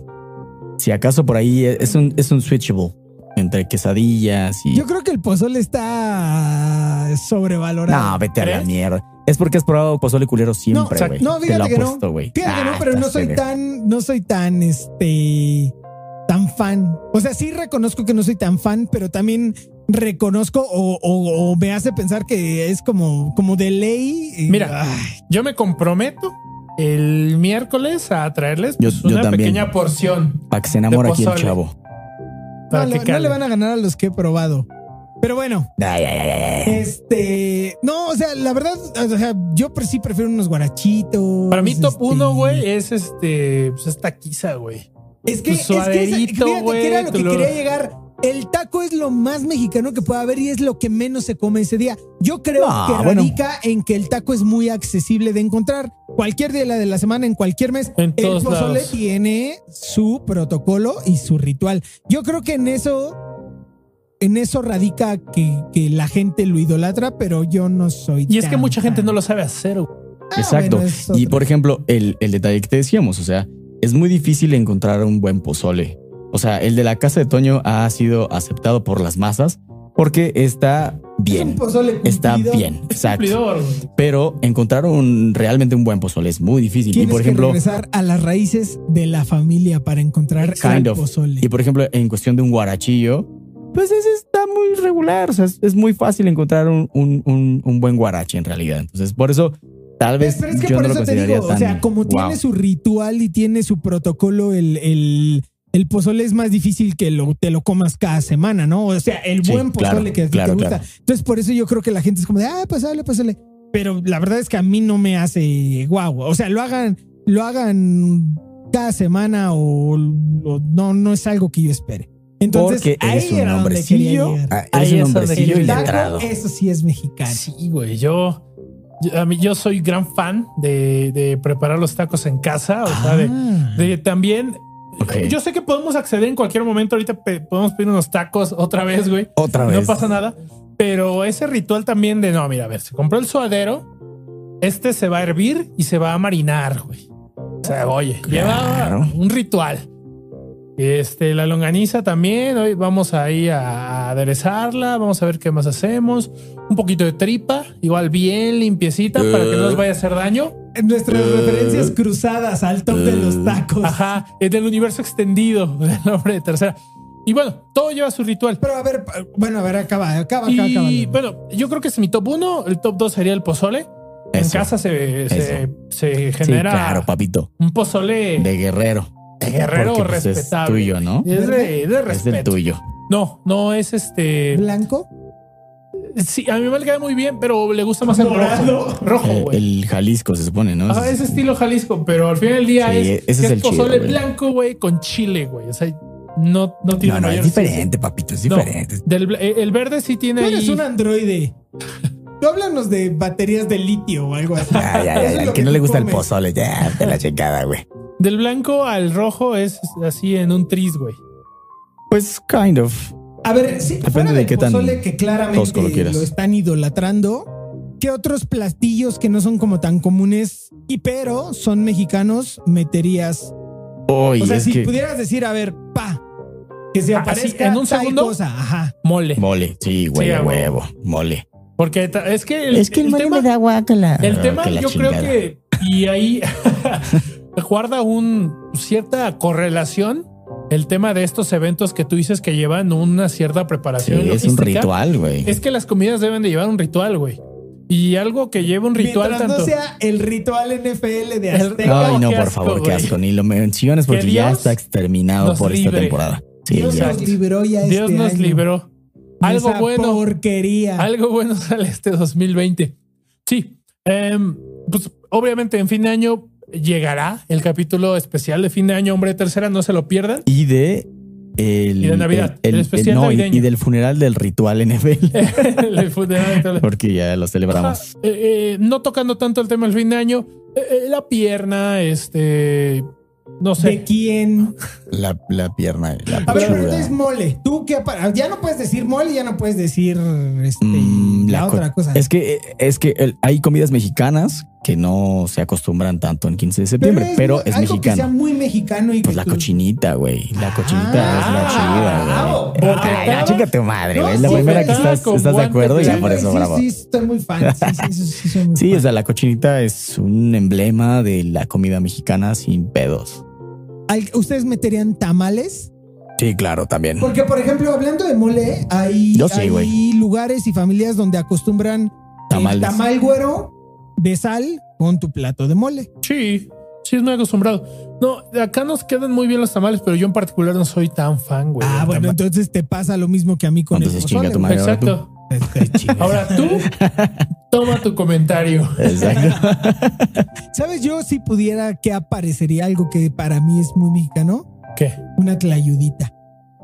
Speaker 4: Si acaso por ahí e, es un, es un switchable entre quesadillas y.
Speaker 3: Yo creo que el pozole está sobrevalorado.
Speaker 4: No, vete a la
Speaker 2: ¿Crees?
Speaker 4: mierda. Es porque has probado pozole culero siempre,
Speaker 2: exacto.
Speaker 4: güey.
Speaker 3: No,
Speaker 4: Te lo
Speaker 3: fíjate que no.
Speaker 4: apuesto, güey.
Speaker 3: Fíjate que
Speaker 4: Ah,
Speaker 3: no, pero no
Speaker 4: estás
Speaker 3: soy
Speaker 4: pendejo.
Speaker 3: tan, no soy tan, este, tan fan. O sea, sí reconozco que no soy tan fan, pero también reconozco o, o- o me hace pensar que es como, como de ley. eh,
Speaker 2: Mira.
Speaker 3: ay,
Speaker 2: Yo me comprometo el miércoles a traerles
Speaker 4: Yo-
Speaker 2: pues,
Speaker 4: yo
Speaker 2: una
Speaker 4: también.
Speaker 2: pequeña porción
Speaker 4: Para que se enamore
Speaker 2: de
Speaker 4: aquí el
Speaker 2: pozole.
Speaker 4: chavo.
Speaker 2: para
Speaker 3: no,
Speaker 2: que
Speaker 3: le- no
Speaker 2: cale.
Speaker 3: le van a ganar a los que he probado. Pero bueno,
Speaker 4: Ay, ay, ay, ay, ay.
Speaker 3: este. No, o sea, la verdad, o sea, yo pre- sí prefiero unos guarachitos.
Speaker 2: Para mí, top
Speaker 3: este,
Speaker 2: 1, güey, es este. Pues esta quiza, güey. Tu
Speaker 3: Es que, es que, esa-
Speaker 2: suaderito,
Speaker 3: fíjate
Speaker 2: güey,
Speaker 3: que era lo
Speaker 2: tu
Speaker 3: que
Speaker 2: lo-
Speaker 3: quería llegar. El taco es lo más mexicano que puede haber y es lo que menos se come ese día. Yo creo
Speaker 2: Ah,
Speaker 4: No,
Speaker 3: que
Speaker 4: bueno.
Speaker 3: radica en que el taco es muy accesible de encontrar. Cualquier día de la semana, en cualquier mes,
Speaker 2: En
Speaker 3: el
Speaker 2: todos
Speaker 3: pozole
Speaker 2: lados.
Speaker 3: tiene su protocolo y su ritual. Yo creo que en eso, en eso radica que, que la gente lo idolatra, pero yo no soy. Ah,
Speaker 2: Y es que mucha gente no lo sabe hacer, güey.
Speaker 4: Exacto. y por ejemplo, el, el detalle que te decíamos, o sea, es muy difícil encontrar un buen pozole. O sea, el de la casa de Toño ha sido aceptado por las masas porque está bien. Está bien, exacto.
Speaker 2: Cumplidor, güey.
Speaker 4: Pero encontrar un realmente un buen pozole es muy difícil. Y
Speaker 3: Tienes
Speaker 4: por ejemplo,
Speaker 3: que regresar a las raíces de la familia para encontrar el
Speaker 4: Kind of.
Speaker 3: pozole.
Speaker 4: y por ejemplo, en cuestión de un guarachillo, pues ese está muy regular. O sea, es, es muy fácil encontrar un, un- un- un buen guarache en realidad. Entonces, por eso, tal vez
Speaker 3: Pero es que
Speaker 4: yo
Speaker 3: por
Speaker 4: no lo
Speaker 3: eso te
Speaker 4: consideraría
Speaker 3: digo, o
Speaker 4: tan-
Speaker 3: sea, como
Speaker 4: wow.
Speaker 3: tiene su ritual y tiene su protocolo, el, el, el pozole es más difícil que lo, te lo comas cada semana, ¿no? O sea, el
Speaker 4: Sí,
Speaker 3: buen
Speaker 4: claro,
Speaker 3: pozole que a ti
Speaker 4: claro,
Speaker 3: te gusta.
Speaker 4: claro.
Speaker 3: Entonces, por eso yo creo que la gente es como de, ah, pozole, pozole. Pero la verdad es que a mí no me hace guau. O sea, lo hagan, lo hagan cada semana o, o no, no es algo que yo espere. Entonces,
Speaker 4: Porque
Speaker 3: ahí
Speaker 4: eres un
Speaker 3: era donde quería
Speaker 4: hombrecillo.
Speaker 3: llegar.
Speaker 4: ah,
Speaker 2: Ahí
Speaker 4: Eres un
Speaker 2: es donde
Speaker 4: hombrecillo
Speaker 2: quería
Speaker 4: y
Speaker 3: El taco,
Speaker 2: llegar.
Speaker 4: letrado.
Speaker 3: Eso sí es mexicano.
Speaker 2: Sí, güey. Yo, yo, a mí- yo soy gran fan de, de preparar los tacos en casa. O sea, de,
Speaker 3: Ah.
Speaker 2: de también.
Speaker 4: Ok.
Speaker 2: Yo sé que podemos acceder en cualquier momento. Ahorita pe- podemos pedir unos tacos otra vez, güey.
Speaker 4: Otra
Speaker 2: No
Speaker 4: vez.
Speaker 2: pasa nada. Pero ese ritual también de no, mira, a ver, se compró el suadero. Este se va a hervir y se va a marinar, güey. O sea, oye,
Speaker 4: Claro.
Speaker 2: lleva un ritual. Este, la longaniza también. Hoy vamos ahí a aderezarla. Vamos a ver qué más hacemos. Un poquito de tripa, igual bien limpiecita para que no nos vaya a hacer daño.
Speaker 3: Nuestras
Speaker 4: Eh.
Speaker 3: referencias cruzadas al top de los tacos.
Speaker 2: Ajá, es del universo extendido del hombre de tercera. Y bueno, todo lleva su ritual.
Speaker 3: Pero a ver, pa- bueno, a ver, acaba, acaba, acaba, acaba.
Speaker 2: Y bueno, yo creo que es mi top 1. El top 2 sería el pozole. En
Speaker 4: Eso.
Speaker 2: casa se, se, se
Speaker 4: Sí,
Speaker 2: genera
Speaker 4: claro, papito.
Speaker 2: un pozole
Speaker 4: De guerrero.
Speaker 2: de guerrero
Speaker 4: Porque, pues,
Speaker 2: respetable.
Speaker 4: Es tuyo, ¿no?
Speaker 2: Es de, de
Speaker 4: Es el
Speaker 2: respeto.
Speaker 4: tuyo.
Speaker 2: no, no es
Speaker 4: pues,
Speaker 2: este.
Speaker 3: Blanco.
Speaker 4: eh,
Speaker 2: Sí, a mi mamá le queda muy bien, pero le gusta más el
Speaker 3: Dorado.
Speaker 2: rojo. Rojo,
Speaker 4: Eh,
Speaker 2: güey.
Speaker 4: el Jalisco se supone, ¿no?
Speaker 2: Ah, es estilo Jalisco, pero al final del día
Speaker 4: Sí,
Speaker 2: es,
Speaker 4: ese
Speaker 2: que
Speaker 4: es el chido,
Speaker 2: pozole
Speaker 4: güey.
Speaker 2: blanco, güey, con chile, güey. O sea, no, no tiene
Speaker 4: no, no, es
Speaker 2: mayor-
Speaker 4: diferente, papito, es
Speaker 2: No,
Speaker 4: diferente.
Speaker 2: del bla- eh, el verde sí tiene
Speaker 3: Tú eres
Speaker 2: ahí-
Speaker 3: un androide. Tú háblanos de baterías de litio o algo así.
Speaker 4: Ya, ya,
Speaker 3: Eso
Speaker 4: ya,
Speaker 3: es
Speaker 4: ya,
Speaker 3: lo
Speaker 4: que no le
Speaker 3: tú
Speaker 4: gusta el
Speaker 3: comes.
Speaker 4: pozole, ya, de la checada, güey.
Speaker 2: Del blanco al rojo es así en un tris, güey.
Speaker 4: Pues, kind of.
Speaker 3: A ver, sí,
Speaker 4: Depende
Speaker 3: fuera
Speaker 4: de
Speaker 3: del
Speaker 4: qué tan
Speaker 3: pozole que claramente
Speaker 4: tosco lo
Speaker 3: lo,
Speaker 4: quieras.
Speaker 3: están idolatrando. ¿Qué otros platillos que no son como tan comunes y pero son mexicanos meterías?
Speaker 4: Oye,
Speaker 3: o sea,
Speaker 4: es
Speaker 3: si
Speaker 4: que
Speaker 3: pudieras decir, a ver, pa, que se
Speaker 2: Ah, así,
Speaker 3: aparezca
Speaker 2: en un
Speaker 3: tal
Speaker 2: segundo.
Speaker 3: cosa, ajá.
Speaker 2: Mole.
Speaker 4: mole, sí, güey,
Speaker 2: Sí,
Speaker 4: a
Speaker 2: a huevo.
Speaker 4: huevo, mole.
Speaker 2: Porque ta- es que el, tema,
Speaker 4: guacala.
Speaker 2: el tema yo creo
Speaker 4: chingada.
Speaker 2: que y ahí guarda un cierta correlación el tema de estos eventos que tú dices que llevan una cierta
Speaker 4: Sí,
Speaker 2: preparación.
Speaker 4: es un
Speaker 2: logística.
Speaker 4: ritual, güey.
Speaker 2: Es que las comidas deben de llevar un ritual, güey. Y algo que lleva un ritual
Speaker 3: Mientras
Speaker 2: tanto.
Speaker 3: no sea el ritual NFL de
Speaker 2: El-
Speaker 3: Azteca.
Speaker 4: Ay,
Speaker 2: no,
Speaker 4: no,
Speaker 2: qué
Speaker 4: por
Speaker 2: asco,
Speaker 4: favor, qué
Speaker 2: güey.
Speaker 4: asco. Ni lo menciones porque
Speaker 2: Que
Speaker 4: ya
Speaker 2: Dios
Speaker 4: está exterminado
Speaker 2: nos
Speaker 4: por esta
Speaker 2: libre.
Speaker 4: temporada. Sí,
Speaker 3: Dios
Speaker 4: Ah, ya.
Speaker 3: nos libró ya
Speaker 2: Dios
Speaker 3: este
Speaker 2: nos
Speaker 3: año
Speaker 2: libró.
Speaker 3: de
Speaker 2: Algo
Speaker 3: esa
Speaker 2: bueno.
Speaker 3: Porquería.
Speaker 2: Algo bueno sale este 2020. Sí. em, pues obviamente en fin de año llegará el capítulo especial de fin de año, hombre de tercera, no se lo pierdan.
Speaker 4: Y de. El,
Speaker 2: Y de Navidad,
Speaker 4: el-
Speaker 2: el
Speaker 4: el-
Speaker 2: especial
Speaker 4: no, y-
Speaker 2: navideño.
Speaker 4: y del funeral del ritual NFL.
Speaker 2: El funeral y todo.
Speaker 4: Porque ya lo celebramos.
Speaker 2: Ajá, eh, eh, no tocando tanto el tema del fin de año, eh, eh, la pierna, este, no
Speaker 3: ¿De
Speaker 2: sé.
Speaker 3: quién?
Speaker 4: La, la pierna, la
Speaker 3: A ver, pero
Speaker 4: pechuga.
Speaker 3: entonces mole. Tú qué para. Ya no puedes decir mole, ya no puedes decir este,
Speaker 4: Mm,
Speaker 3: la,
Speaker 4: la co-
Speaker 3: otra cosa.
Speaker 4: Es que, es que el- hay comidas mexicanas que no se acostumbran tanto en 15 de septiembre, pero es,
Speaker 3: algo que sea
Speaker 4: mexicano.
Speaker 3: muy mexicano y
Speaker 4: Pues
Speaker 3: que
Speaker 4: la
Speaker 3: tú-
Speaker 4: cochinita, güey. La cochinita
Speaker 3: bravo,
Speaker 4: es la chida, güey.
Speaker 2: bravo.
Speaker 4: Ay, ya, chinga tu madre,
Speaker 3: No,
Speaker 4: güey. Es la
Speaker 3: sí,
Speaker 4: primera que
Speaker 2: bofetada
Speaker 4: estás,
Speaker 2: con
Speaker 4: estás de acuerdo y
Speaker 2: guante,
Speaker 4: ya
Speaker 3: Sí,
Speaker 4: por
Speaker 3: güey,
Speaker 4: eso,
Speaker 3: sí,
Speaker 4: bravo.
Speaker 3: Sí,
Speaker 4: Sí,
Speaker 3: estoy muy fan. Sí, sí, sí, sí, sí, soy muy fan.
Speaker 4: o sea, la cochinita es un emblema de la comida mexicana sin pedos.
Speaker 3: Al- ¿Ustedes meterían tamales?
Speaker 4: Sí, claro, también.
Speaker 3: Porque, por ejemplo, hablando de mole, hay,
Speaker 4: Yo sí,
Speaker 3: hay
Speaker 4: güey.
Speaker 3: lugares y familias donde acostumbran el
Speaker 4: Tamales.
Speaker 3: tamal güero de sal con tu plato de mole.
Speaker 2: Sí. Sí, es muy acostumbrado. No, acá nos quedan muy bien los tamales, pero yo en particular no soy tan fan, güey.
Speaker 3: Ah,
Speaker 2: del
Speaker 3: bueno,
Speaker 2: tamal.
Speaker 3: entonces te pasa lo mismo que a mí con el
Speaker 4: Entonces chinga
Speaker 3: pozole,
Speaker 4: tu madre. ahora tú.
Speaker 2: Exacto.
Speaker 3: güey. Este, chinga.
Speaker 2: Ahora tú, toma tu comentario.
Speaker 4: Exacto.
Speaker 3: ¿Sabes yo si pudiera que aparecería algo que para mí es muy mexicano?
Speaker 2: ¿Qué?
Speaker 3: Una tlayudita,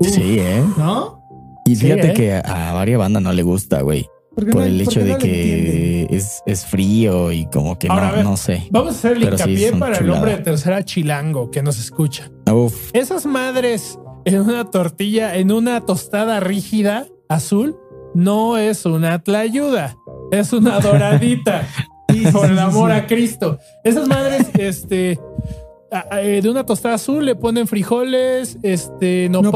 Speaker 4: Sí, ¿eh?
Speaker 3: ¿no?
Speaker 4: Y
Speaker 2: Sí,
Speaker 4: fíjate
Speaker 2: ¿eh?
Speaker 4: que a, a varias bandas no le gusta, güey.
Speaker 3: Porque
Speaker 4: Por
Speaker 3: no-
Speaker 4: el hecho
Speaker 3: porque
Speaker 4: de
Speaker 3: no le entienden.
Speaker 4: que es, es frío y como que
Speaker 2: Ahora, a
Speaker 4: no,
Speaker 2: ver.
Speaker 4: no sé.
Speaker 2: Vamos a hacer el
Speaker 4: Pero sí,
Speaker 2: hincapié
Speaker 4: son
Speaker 2: para el
Speaker 4: chulada.
Speaker 2: hombre de tercera chilango que nos escucha.
Speaker 4: Uf,
Speaker 2: Esas madres en una tortilla, en una tostada rígida azul, no es una tlayuda, es una doradita.
Speaker 3: Sí, sí,
Speaker 2: por
Speaker 3: sí,
Speaker 2: el
Speaker 3: sí,
Speaker 2: amor
Speaker 3: sí.
Speaker 2: a Cristo. Esas madres, este, a- a- eh, de una tostada azul le ponen frijoles, este, nopales,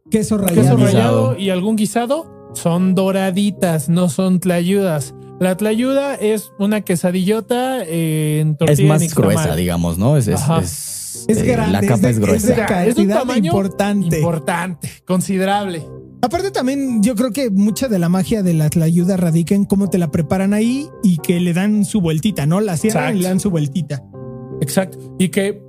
Speaker 3: Nopales, queso rallado.
Speaker 2: queso
Speaker 4: Guisado.
Speaker 2: rallado y algún guisado. Son doraditas, no son tlayudas. La tlayuda es una quesadillota eh, en tortilla
Speaker 4: es más
Speaker 2: de nixtamal.
Speaker 4: gruesa, digamos, ¿no? Es, es,
Speaker 2: Ajá.
Speaker 4: es,
Speaker 3: Es
Speaker 4: eh,
Speaker 3: grande,
Speaker 4: la
Speaker 3: es
Speaker 4: capa
Speaker 3: de-
Speaker 4: es
Speaker 3: es de
Speaker 4: gruesa.
Speaker 3: ca-
Speaker 2: Es un
Speaker 3: Cantidad
Speaker 2: tamaño
Speaker 3: importante.
Speaker 2: importante, considerable.
Speaker 3: Aparte también yo creo que mucha de la magia de la tlayuda radica en cómo te la preparan ahí y que le dan su vueltita, ¿no? La cierran
Speaker 2: Exacto.
Speaker 3: y le dan su vueltita.
Speaker 2: Exacto. Y que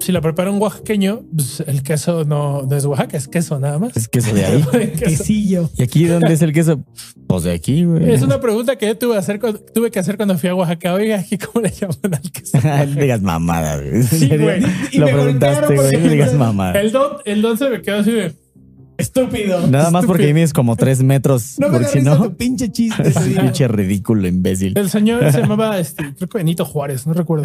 Speaker 2: si la prepara un oaxaqueño, pues, el queso no, no es Oaxaca, es queso nada más.
Speaker 4: Es queso de ahí.
Speaker 2: Queso.
Speaker 3: Quesillo.
Speaker 4: ¿Y aquí dónde es el queso? Pues de aquí, güey.
Speaker 2: Es una pregunta que yo tuve, a hacer, cu- tuve que hacer cuando fui a Oaxaca. Oiga, ¿aquí cómo le llaman al queso?
Speaker 4: No digas mamadas, güey. ¿En
Speaker 2: Sí,
Speaker 4: serio?
Speaker 2: güey.
Speaker 3: Y
Speaker 4: Lo
Speaker 3: me
Speaker 4: preguntaste,
Speaker 3: golpearon
Speaker 4: güey.
Speaker 3: porque-
Speaker 4: No digas mamadas.
Speaker 2: El don, el don se me quedó así de
Speaker 3: Estúpido.
Speaker 4: Nada más
Speaker 2: estúpido.
Speaker 4: porque mides como tres metros.
Speaker 3: No me
Speaker 4: porque
Speaker 3: da
Speaker 4: si
Speaker 3: risa
Speaker 4: no,
Speaker 3: tu pinche chiste. te digo.
Speaker 4: pinche ridículo, imbécil.
Speaker 2: El señor se llamaba, este, creo que Benito Juárez, no recuerdo.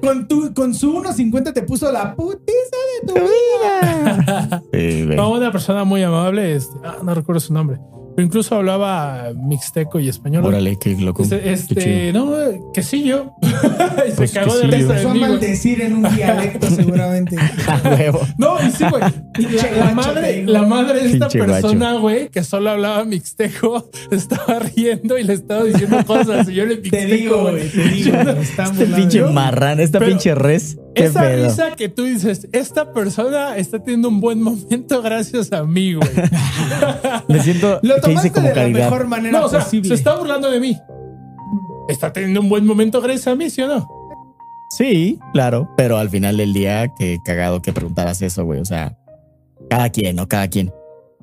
Speaker 3: Con, tu, con su 1.50 te puso la putiza de tu vida.
Speaker 4: Sí, güey.
Speaker 2: No, una persona muy amable, este, ah, no recuerdo su nombre. Pero incluso hablaba mixteco y español.
Speaker 4: Órale, qué loco.
Speaker 2: Este,
Speaker 4: Qué
Speaker 2: este, no, que sí yo. y
Speaker 4: Pues
Speaker 2: se cagó de
Speaker 4: quesillo.
Speaker 2: risa de
Speaker 3: Empezó a
Speaker 2: mí, güey.
Speaker 3: maldecir en un dialecto seguramente.
Speaker 4: chido. A Ah, huevo.
Speaker 2: No, y sí, güey. La, la
Speaker 3: guacho, te
Speaker 2: madre,
Speaker 3: digo.
Speaker 2: la madre de esta
Speaker 4: Pinche guacho.
Speaker 2: persona, güey, que solo hablaba mixteco, estaba riendo y le estaba diciendo cosas al señor en
Speaker 3: Te
Speaker 2: mixteco.
Speaker 3: digo,
Speaker 2: güey.
Speaker 3: güey, te digo. Está
Speaker 4: Este pinche
Speaker 3: mal.
Speaker 4: marrán, esta
Speaker 2: Pero-
Speaker 4: pinche res. Qué
Speaker 2: Esa
Speaker 4: pedo.
Speaker 2: risa que tú dices, esta persona está teniendo un buen momento gracias a mí, güey.
Speaker 4: Me siento
Speaker 3: Lo
Speaker 4: que hice
Speaker 3: tomaste
Speaker 4: como
Speaker 3: de la
Speaker 4: caridad.
Speaker 3: mejor manera
Speaker 2: No, o sea,
Speaker 3: posible.
Speaker 2: se está burlando de mí. Está teniendo un buen momento gracias a mí, ¿sí o no?
Speaker 4: Sí, claro. Pero al final del día, qué cagado que preguntaras eso, güey. O sea, cada quien, ¿no? Cada quien.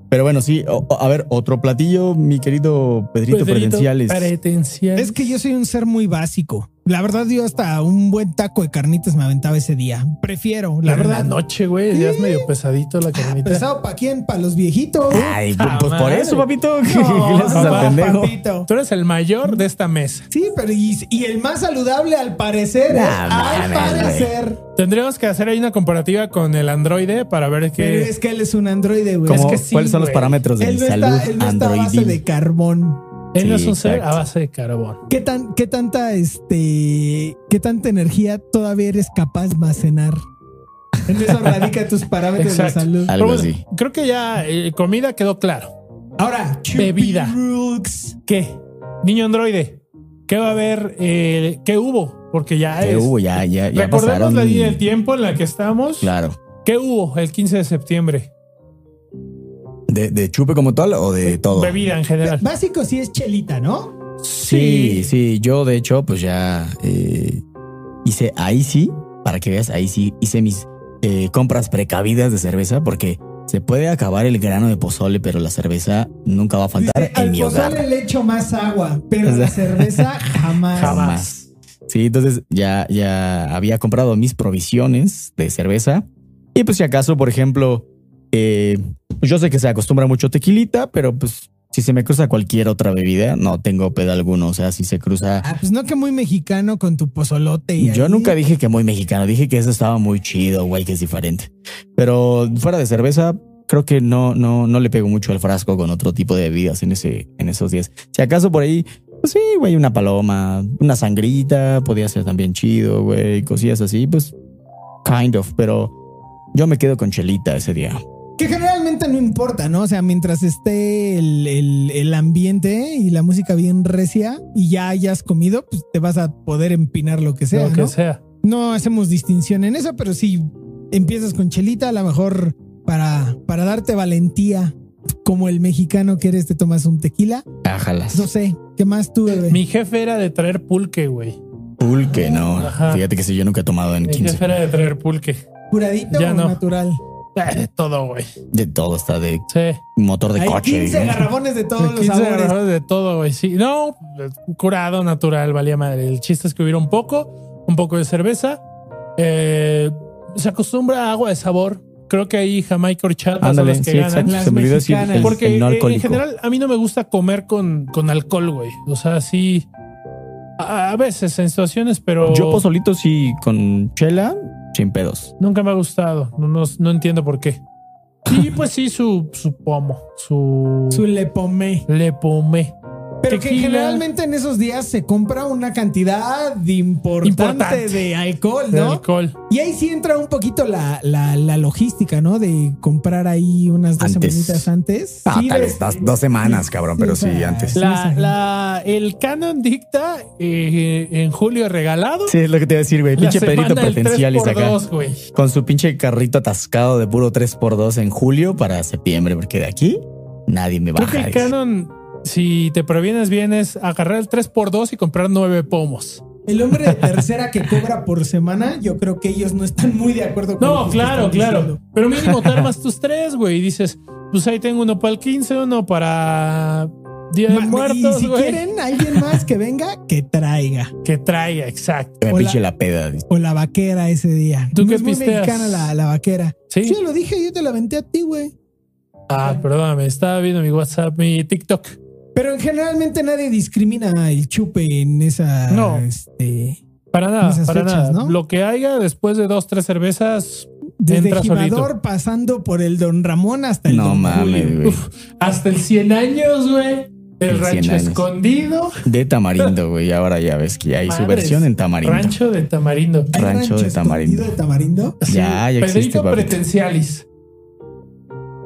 Speaker 4: Pero bueno, sí. o- o- a ver, otro platillo, mi querido Pedrito,
Speaker 2: Pues,
Speaker 4: Presenciales.
Speaker 2: Pretenciales.
Speaker 3: Es que yo soy un ser muy básico. La verdad, yo hasta un buen taco de carnitas me aventaba ese día. Prefiero, la
Speaker 2: Pero en
Speaker 3: verdad.
Speaker 2: La noche, güey, ya es medio pesadito la carnita.
Speaker 3: ¿Pesado para quién? Para los viejitos.
Speaker 4: Ay, pues
Speaker 2: Ah,
Speaker 4: pues por
Speaker 2: madre.
Speaker 4: eso, papito. ¿Qué
Speaker 3: No,
Speaker 4: le haces
Speaker 2: papá,
Speaker 4: al pendejo?
Speaker 3: papito.
Speaker 2: Tú eres el mayor de esta mesa.
Speaker 3: Sí, pero y, y el más saludable al parecer. ¿eh?
Speaker 4: Ah,
Speaker 3: al
Speaker 4: mames,
Speaker 3: parecer.
Speaker 2: Tendríamos que hacer ahí una comparativa con el androide para ver
Speaker 3: Pero
Speaker 2: qué.
Speaker 3: es que él es un androide, güey.
Speaker 4: Como,
Speaker 3: Es que
Speaker 2: sí,
Speaker 4: ¿Cuáles son los
Speaker 2: güey.
Speaker 4: parámetros de
Speaker 3: él no
Speaker 4: salud
Speaker 3: está, él no está a base
Speaker 4: androidil?
Speaker 3: de carbón.
Speaker 2: Él no es
Speaker 4: Sí,
Speaker 2: un ser
Speaker 4: exacto.
Speaker 2: a base de carbón.
Speaker 3: ¿Qué, tan, ¿Qué tanta este qué tanta energía todavía eres capaz de almacenar? En eso radica tus parámetros
Speaker 2: Exacto.
Speaker 3: de salud.
Speaker 4: Algo
Speaker 2: Pero bueno,
Speaker 4: así.
Speaker 2: Creo que ya eh, comida quedó claro.
Speaker 3: Ahora,
Speaker 2: Bebida.
Speaker 3: Chupirux.
Speaker 2: ¿Qué? Niño androide. ¿Qué va a haber? Eh, ¿Qué hubo? Porque ya
Speaker 4: ¿Qué
Speaker 2: es.
Speaker 4: hubo? Ya, ya, ya
Speaker 2: Recordemos
Speaker 4: pasaron.
Speaker 2: la línea del tiempo en la que estamos.
Speaker 4: Claro.
Speaker 2: ¿Qué hubo el 15 de septiembre?
Speaker 4: ¿De, de chupe como tal o de todo?
Speaker 2: Bebida en general.
Speaker 3: Básico sí es chelita, ¿no?
Speaker 4: Sí, sí, yo de hecho, pues ya eh, hice ahí sí, para que veas, ahí sí hice mis eh, compras precavidas de cerveza porque se puede acabar el grano de pozole, pero la cerveza nunca va a faltar
Speaker 3: Dice,
Speaker 4: en
Speaker 3: al
Speaker 4: mi hogar.
Speaker 3: pozole le echo más agua, pero
Speaker 4: O sea,
Speaker 3: la cerveza jamás.
Speaker 4: Jamás. Sí, entonces ya, ya había comprado mis provisiones de cerveza. Y pues si acaso, por ejemplo, eh, pues yo sé que se acostumbra mucho tequilita, pero pues si se me cruza cualquier otra bebida, no tengo pedo alguno. O sea, si se cruza
Speaker 3: Ah, pues no que muy mexicano con tu pozolote. Y
Speaker 4: Yo
Speaker 3: ahí.
Speaker 4: nunca dije que muy mexicano, dije que eso estaba muy chido, güey, que es diferente. Pero fuera de cerveza, creo que no, no, no le pego mucho al frasco con otro tipo de bebidas en ese, en esos días. Si acaso por ahí, pues sí, güey, una paloma, una sangrita, podía ser también chido, güey, cosillas así, pues kind of, pero yo me quedo con chelita ese día.
Speaker 3: Que generalmente no importa, ¿no? O sea, mientras esté el, el- el ambiente y la música bien recia y ya hayas comido, pues te vas a poder empinar lo que sea.
Speaker 2: lo que
Speaker 3: ¿no?
Speaker 2: sea.
Speaker 3: no hacemos distinción en eso, pero si empiezas con chelita, a lo mejor para, para darte valentía, como el mexicano que eres, te tomas un tequila.
Speaker 4: Ájalas.
Speaker 3: No sé, ¿qué más tú, bebé?
Speaker 2: Mi jefe era de traer pulque, güey.
Speaker 4: Pulque, no.
Speaker 2: Ajá.
Speaker 4: Fíjate que si yo nunca he tomado en
Speaker 2: Mi jefe
Speaker 4: 15.
Speaker 2: era de traer pulque.
Speaker 3: ¿Curadito
Speaker 2: Ya
Speaker 3: o
Speaker 2: no.
Speaker 3: natural?
Speaker 2: Eh, de todo, güey.
Speaker 4: De todo, está de
Speaker 2: Sí.
Speaker 4: motor de
Speaker 3: Hay
Speaker 4: coche.
Speaker 3: 15
Speaker 4: digo.
Speaker 3: garrafones de todos los
Speaker 2: 15
Speaker 3: sabores.
Speaker 2: agarrados de todo, güey. Sí, no, curado, natural, valía madre. El chiste es que hubiera un poco, un poco de cerveza. Eh, se acostumbra a agua de sabor. Creo que ahí Jamaica horchata son
Speaker 4: Ándale,
Speaker 2: las que
Speaker 4: sí,
Speaker 2: ganan.
Speaker 4: exacto.
Speaker 3: las
Speaker 4: Se me olvidó decir el,
Speaker 3: mexicanas.
Speaker 2: Porque
Speaker 4: el no
Speaker 2: eh, en
Speaker 4: alcohólico.
Speaker 2: general a mí no me gusta comer con, con alcohol, güey. O sea, sí. A, a veces en situaciones, pero
Speaker 4: Yo pozolito sí con chela, sin pedos.
Speaker 2: nunca me ha gustado. No, no, no entiendo por qué. Y pues sí, su, su pomo, su,
Speaker 3: Su lepomé.
Speaker 2: le pomé.
Speaker 3: Pero que
Speaker 2: Tequila.
Speaker 3: generalmente en esos días se compra una cantidad importante,
Speaker 2: Importante.
Speaker 3: de alcohol,
Speaker 2: de
Speaker 3: ¿no?
Speaker 2: alcohol.
Speaker 3: Y ahí sí entra un poquito la, la, la logística, ¿no? De comprar ahí unas dos
Speaker 4: Antes.
Speaker 3: semanitas antes.
Speaker 4: Ah,
Speaker 3: Sí,
Speaker 4: tal
Speaker 3: de-
Speaker 4: vez das dos semanas, cabrón, pero sí,
Speaker 3: o sea,
Speaker 4: antes.
Speaker 2: La,
Speaker 3: Sí,
Speaker 2: la- el canon dicta eh, en julio regalado.
Speaker 4: Sí, es lo que te iba a decir, güey.
Speaker 2: la
Speaker 4: Pinche
Speaker 2: semana
Speaker 4: Pedrito
Speaker 2: del
Speaker 4: Potencialis acá.
Speaker 2: 3x2, güey.
Speaker 4: Con su pinche carrito atascado de puro 3x2 en julio para septiembre, porque de aquí nadie me
Speaker 2: Creo que
Speaker 4: baja.
Speaker 2: el
Speaker 4: dice.
Speaker 2: canon, si te previenes bien, es agarrar el 3x2 y comprar nueve pomos.
Speaker 3: El hombre de tercera que cobra por semana, yo creo que ellos no están muy de acuerdo con
Speaker 2: No,
Speaker 3: lo que
Speaker 2: claro,
Speaker 3: están
Speaker 2: claro.
Speaker 3: pues, diciendo.
Speaker 2: Pero mínimo te armas tus tres, güey. Y dices, pues ahí tengo uno para el 15, uno para Día de
Speaker 3: Ma-
Speaker 2: Muertos,
Speaker 3: y si
Speaker 2: güey.
Speaker 3: quieren alguien más que venga, que traiga.
Speaker 2: Que traiga, exacto.
Speaker 4: Que me
Speaker 3: Hola.
Speaker 4: pinche la peda. dice.
Speaker 3: O la vaquera ese día.
Speaker 2: ¿Tú
Speaker 3: No
Speaker 2: qué
Speaker 3: es muy
Speaker 2: pisteas?
Speaker 3: mexicana la, la vaquera.
Speaker 2: Sí.
Speaker 3: Yo lo dije, yo te la aventé a ti, güey.
Speaker 2: Ah, perdóname, estaba viendo mi WhatsApp, mi TikTok.
Speaker 3: Pero generalmente nadie discrimina el chupe en esa.
Speaker 2: No.
Speaker 3: Este,
Speaker 2: Para nada,
Speaker 3: Esas
Speaker 2: para nada.
Speaker 3: fechas, ¿no?
Speaker 2: Lo que haya después de dos, tres cervezas,
Speaker 3: desde
Speaker 2: Entra solito.
Speaker 3: Jimador pasando por el Don Ramón hasta el
Speaker 4: No
Speaker 3: Don
Speaker 4: mames,
Speaker 3: Julio.
Speaker 4: güey.
Speaker 2: hasta el 100 años, güey. El,
Speaker 4: El 100
Speaker 2: rancho
Speaker 4: años.
Speaker 2: escondido.
Speaker 4: De tamarindo, güey. Ahora ya ves que hay su
Speaker 2: Madres.
Speaker 4: versión en tamarindo.
Speaker 2: Rancho de tamarindo.
Speaker 3: ¿Hay
Speaker 4: Rancho de Tamarindo.
Speaker 3: escondido de tamarindo?
Speaker 4: Ya, ya existe,
Speaker 2: Pedrito
Speaker 4: papito.
Speaker 2: Pretencialis.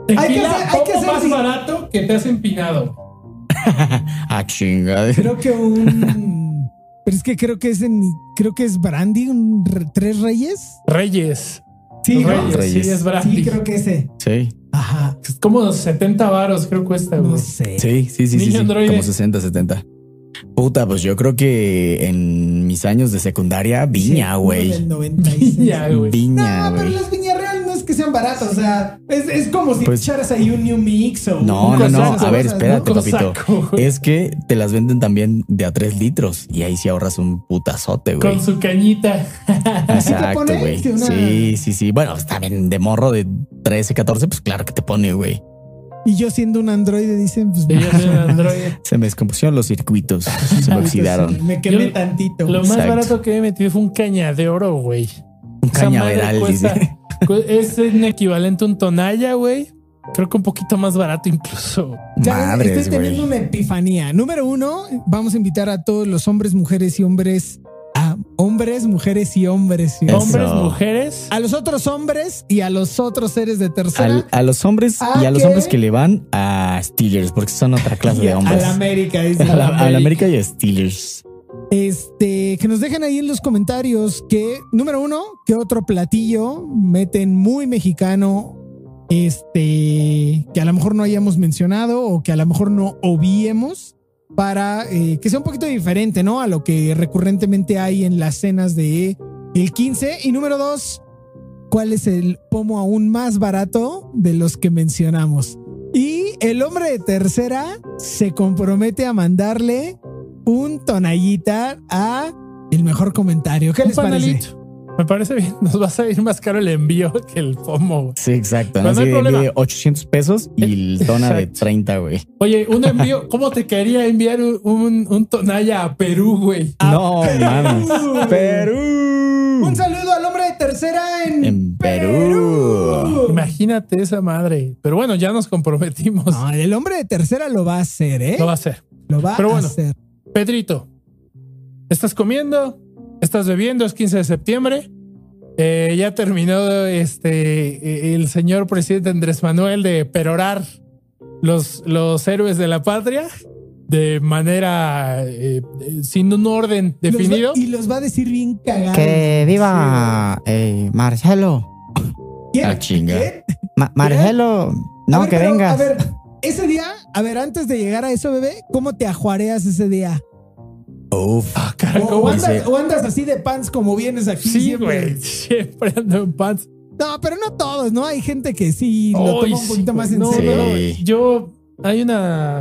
Speaker 3: que
Speaker 2: Tequila
Speaker 3: hacer- hay que
Speaker 2: poco
Speaker 3: hacer
Speaker 2: más
Speaker 3: así.
Speaker 2: barato que te has empinado.
Speaker 4: Ah, chingada.
Speaker 3: Creo que un. Pero es que creo que es en. Creo que es Brandy, un re- Tres Reyes.
Speaker 2: Reyes.
Speaker 3: Sí, ¿no?
Speaker 2: Reyes,
Speaker 4: Reyes.
Speaker 2: sí, es brandy.
Speaker 3: Sí, creo que ese.
Speaker 4: Sí,
Speaker 3: Ajá.
Speaker 2: Es como 70 varos, creo que cuesta, güey.
Speaker 3: No sé.
Speaker 4: sí, sí, sí, sí,
Speaker 2: Niño
Speaker 4: sí.
Speaker 2: androide.
Speaker 4: Como 60, 70. Puta, pues yo creo que en mis años de secundaria,
Speaker 3: Sí,
Speaker 4: viña,
Speaker 3: uno
Speaker 4: güey.
Speaker 3: del 96.
Speaker 2: Ya, güey.
Speaker 4: Viña,
Speaker 3: No, pero
Speaker 4: güey.
Speaker 3: las Viña Real no es que sean baratas. O sea, es, es como si
Speaker 4: Pues-
Speaker 3: echaras ahí un New Mix o.
Speaker 4: No,
Speaker 3: un
Speaker 4: no, no.
Speaker 3: cosaco,
Speaker 4: A ver,
Speaker 3: cosas,
Speaker 4: espérate,
Speaker 3: ¿no?
Speaker 4: papito.
Speaker 2: Cosaco, güey.
Speaker 4: Es que te las venden también de a 3 litros y ahí sí ahorras un putazote, Eh, güey.
Speaker 2: Con su cañita.
Speaker 4: Exacto,
Speaker 3: pones
Speaker 4: güey.
Speaker 3: de una-
Speaker 4: Sí, sí, sí. Bueno, pues también de morro de 13, 14, pues claro que te pone, güey.
Speaker 3: Y yo siendo un androide, dicen, pues.
Speaker 2: Ella es un androide.
Speaker 4: Se me descompusieron los circuitos, se me oxidaron.
Speaker 3: Me quemé
Speaker 2: Yo-
Speaker 3: tantito.
Speaker 2: Lo más
Speaker 4: Exacto.
Speaker 2: barato que he metido fue un caña de oro, güey.
Speaker 4: Un
Speaker 2: Esa madre
Speaker 4: cañaveral,
Speaker 2: cuesta-
Speaker 4: dice.
Speaker 2: cu- Es un equivalente a un tonalla, güey. Creo que un poquito más barato incluso.
Speaker 3: ¿Sabes?
Speaker 4: Madres,
Speaker 3: Estoy teniendo
Speaker 4: güey.
Speaker 3: una epifanía. Número uno, vamos a invitar a todos los hombres, mujeres y hombres. A hombres, mujeres y hombres. y
Speaker 4: Eso.
Speaker 2: Hombres, mujeres.
Speaker 3: A los otros hombres y a los otros seres de tercera.
Speaker 4: Al- a los hombres
Speaker 3: ¿A
Speaker 4: y a los
Speaker 3: Ah, qué?
Speaker 4: hombres que le van a Steelers, porque son otra clase
Speaker 3: y
Speaker 4: de
Speaker 3: a
Speaker 4: hombres.
Speaker 3: la América. dice.
Speaker 4: A la, a la América y a Steelers.
Speaker 3: Este, que nos dejen ahí en los comentarios que, número uno, que otro platillo meten muy mexicano, este, que a lo mejor no hayamos mencionado o que a lo mejor no obviemos para eh, que sea un poquito diferente, ¿no? A lo que recurrentemente hay en las cenas de el 15. Y número dos, ¿cuál es el pomo aún más barato de los que mencionamos? Y el hombre de tercera se compromete a mandarle un tonallita a el mejor comentario. ¿Qué
Speaker 2: un
Speaker 3: les parece?
Speaker 2: panalito. Me parece bien. Nos va a salir más caro el envío que el pomo, güey.
Speaker 4: Sí, exacto.
Speaker 2: Pero
Speaker 4: ¿no?
Speaker 2: no
Speaker 4: Así
Speaker 2: hay
Speaker 4: de-
Speaker 2: problema.
Speaker 4: de 800 pesos y el dona de
Speaker 2: Exacto.
Speaker 4: 30, güey.
Speaker 2: Oye, un envío. ¿Cómo te quería enviar un, un, un tonalla a Perú, güey?
Speaker 4: No, mames. Perú.
Speaker 3: Un saludo al hombre de tercera en,
Speaker 4: En Perú.
Speaker 3: Perú.
Speaker 2: Imagínate esa madre. Pero bueno, ya nos comprometimos.
Speaker 3: No, el hombre de tercera lo va a hacer, Ah, ¿eh?
Speaker 2: Lo va a hacer.
Speaker 3: Lo va
Speaker 2: Pero
Speaker 3: a
Speaker 2: bueno.
Speaker 3: hacer.
Speaker 2: Pedrito, estás comiendo, estás bebiendo, es 15 de septiembre. Eh, ya terminó este eh, el señor presidente Andrés Manuel de perorar los, los héroes de la patria de manera eh, eh, sin un orden
Speaker 3: Los va-
Speaker 2: definido.
Speaker 3: y los va a decir bien cagados.
Speaker 1: Que viva eh, Marcelo.
Speaker 3: ¿Quién?
Speaker 4: Ah, chinga.
Speaker 3: ¿Quién?
Speaker 1: Ma- Marcelo,
Speaker 3: A
Speaker 1: no,
Speaker 3: ver,
Speaker 1: que
Speaker 3: pero,
Speaker 1: vengas.
Speaker 3: A ver, ese día, a ver, antes de llegar a eso, bebé, ¿cómo te ajuareas ese día?
Speaker 4: Uf.
Speaker 2: Ah, Caray,
Speaker 3: O,
Speaker 2: ¿cómo?
Speaker 3: o andas,
Speaker 4: Dice-
Speaker 3: o andas así de pants como vienes aquí.
Speaker 2: Sí,
Speaker 3: Oh, siempre.
Speaker 2: güey. Siempre ando en pants.
Speaker 3: No, pero no todos, ¿no? Hay gente que sí lo
Speaker 2: Ay,
Speaker 3: toma un
Speaker 2: sí,
Speaker 3: poquito más
Speaker 2: güey.
Speaker 3: en
Speaker 2: No,
Speaker 3: serio.
Speaker 2: no, no.
Speaker 4: Sí.
Speaker 2: Yo hay una,